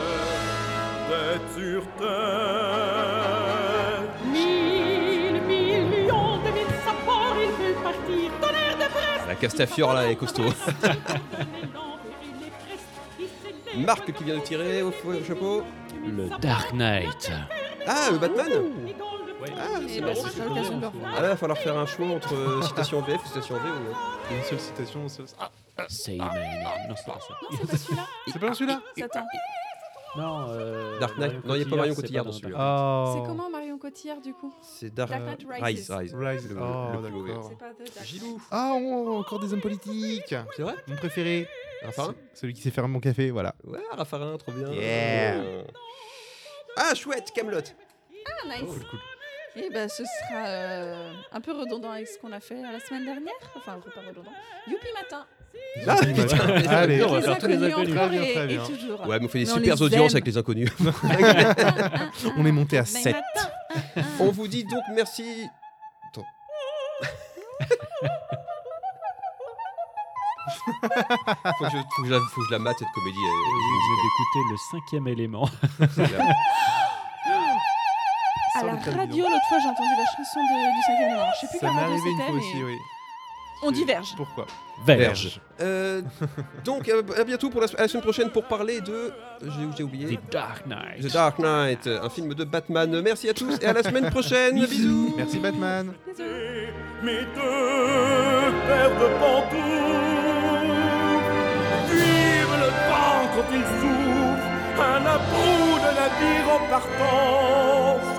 S12: d'être sur terre.
S6: Mille, millions de mille sapeurs, il veut partir tonnerre de Brest.
S8: La Castafiore là est
S10: (laughs)
S8: costaud. (laughs) Marc qui vient de tirer au, au chapeau.
S9: Le Dark Knight.
S8: Ah, le Batman
S9: Ah,
S8: c'est marrant, c'est cool. Ah là, il va falloir faire un choix entre euh, citation en VF ou euh, citation en V. Ou...
S7: Une seule citation, seule...
S9: Say my name. Non, c'est pas ça.
S8: (laughs)
S7: C'est pas dans celui-là
S10: Satan.
S9: Non, euh,
S8: Dark Knight.
S9: Marion
S8: Non, il n'y a pas Marion
S9: c'est
S8: Cotillard
S9: pas
S8: dans
S9: Dark
S8: celui-là.
S9: Knight.
S7: oh.
S10: C'est comment Marion Cotillard du coup
S8: C'est Dark
S10: Dark Knight
S8: Rise. Rise.
S7: Rise.
S8: Le-
S7: Oh,
S8: le plus mauvais.
S7: d'accord.
S10: C'est pas The Dark
S8: Gilou.
S7: Ah, on- encore des hommes politiques
S8: C'est vrai
S7: Mon préféré
S8: Raffarin
S7: Ce- Celui qui sait faire mon café, voilà.
S8: Ouais, Raffarin, trop bien.
S7: Yeah.
S8: Euh, Ah, chouette, Camelot.
S10: Ah, nice. Et ben, ce sera euh, un peu redondant avec ce qu'on a fait la semaine dernière. Enfin, un peu pas redondant. Youpi matin.
S8: Ah, putain,
S7: Allez,
S8: on va faire tous les
S10: inconnus
S8: inconnus.
S10: encore Très bien, et- très bien. et toujours.
S8: Ouais, mais on fait des
S10: Mais on
S8: super
S10: les
S8: audiences
S10: aime.
S8: avec les inconnus.
S10: Ah,
S7: On est monté à 7.
S8: (laughs) on vous dit donc merci. Attends. (laughs) faut, que je, faut, que je, la- faut que je la mate cette comédie. elle-
S9: Et
S8: elle-
S9: vous venez d'écouter le cinquième élément.
S10: À la radio, l'autre fois, j'ai entendu la chanson de- du cinquième élément. Je sais plus
S7: Ça
S10: quelle
S7: m'est
S10: radio
S7: arrivé une
S10: c'était,
S7: fois
S10: mais
S7: aussi, oui.
S10: on diverge.
S7: Pourquoi
S9: Verge.
S8: Euh, donc, euh, à bientôt pour la, à la semaine prochaine pour parler de. J'ai j'ai oublié.
S9: The Dark Knight.
S8: The Dark Knight, un film de Batman. Merci à tous et à la semaine prochaine. Bisous.
S7: Merci Batman.
S12: Mes deux paires de pantoufles Vive le vent quand il souffle Un abrou de navire en partance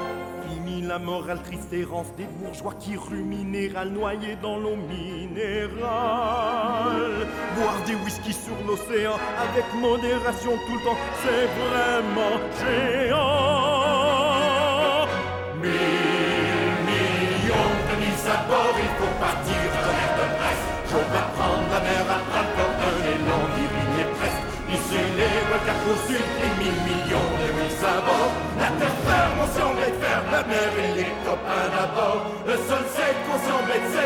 S12: Fini la morale triste errance Des bourgeois qui ruent minéral Noyés dans l'eau minérale Boire
S7: des whisky sur l'océan avec modération tout le temps. C'est vraiment géant. Mille millions de mille à bord, il faut partir à la mer de Brest. Je vais prendre la mer à bras comme un élan divine et presque. Ici les Wildcats au sud et mille millions de mille à bord. La terre ferme, on s'y embête, ferme la mer et les copains d'abord. Le seul c'est qu'on s'y embête, c'est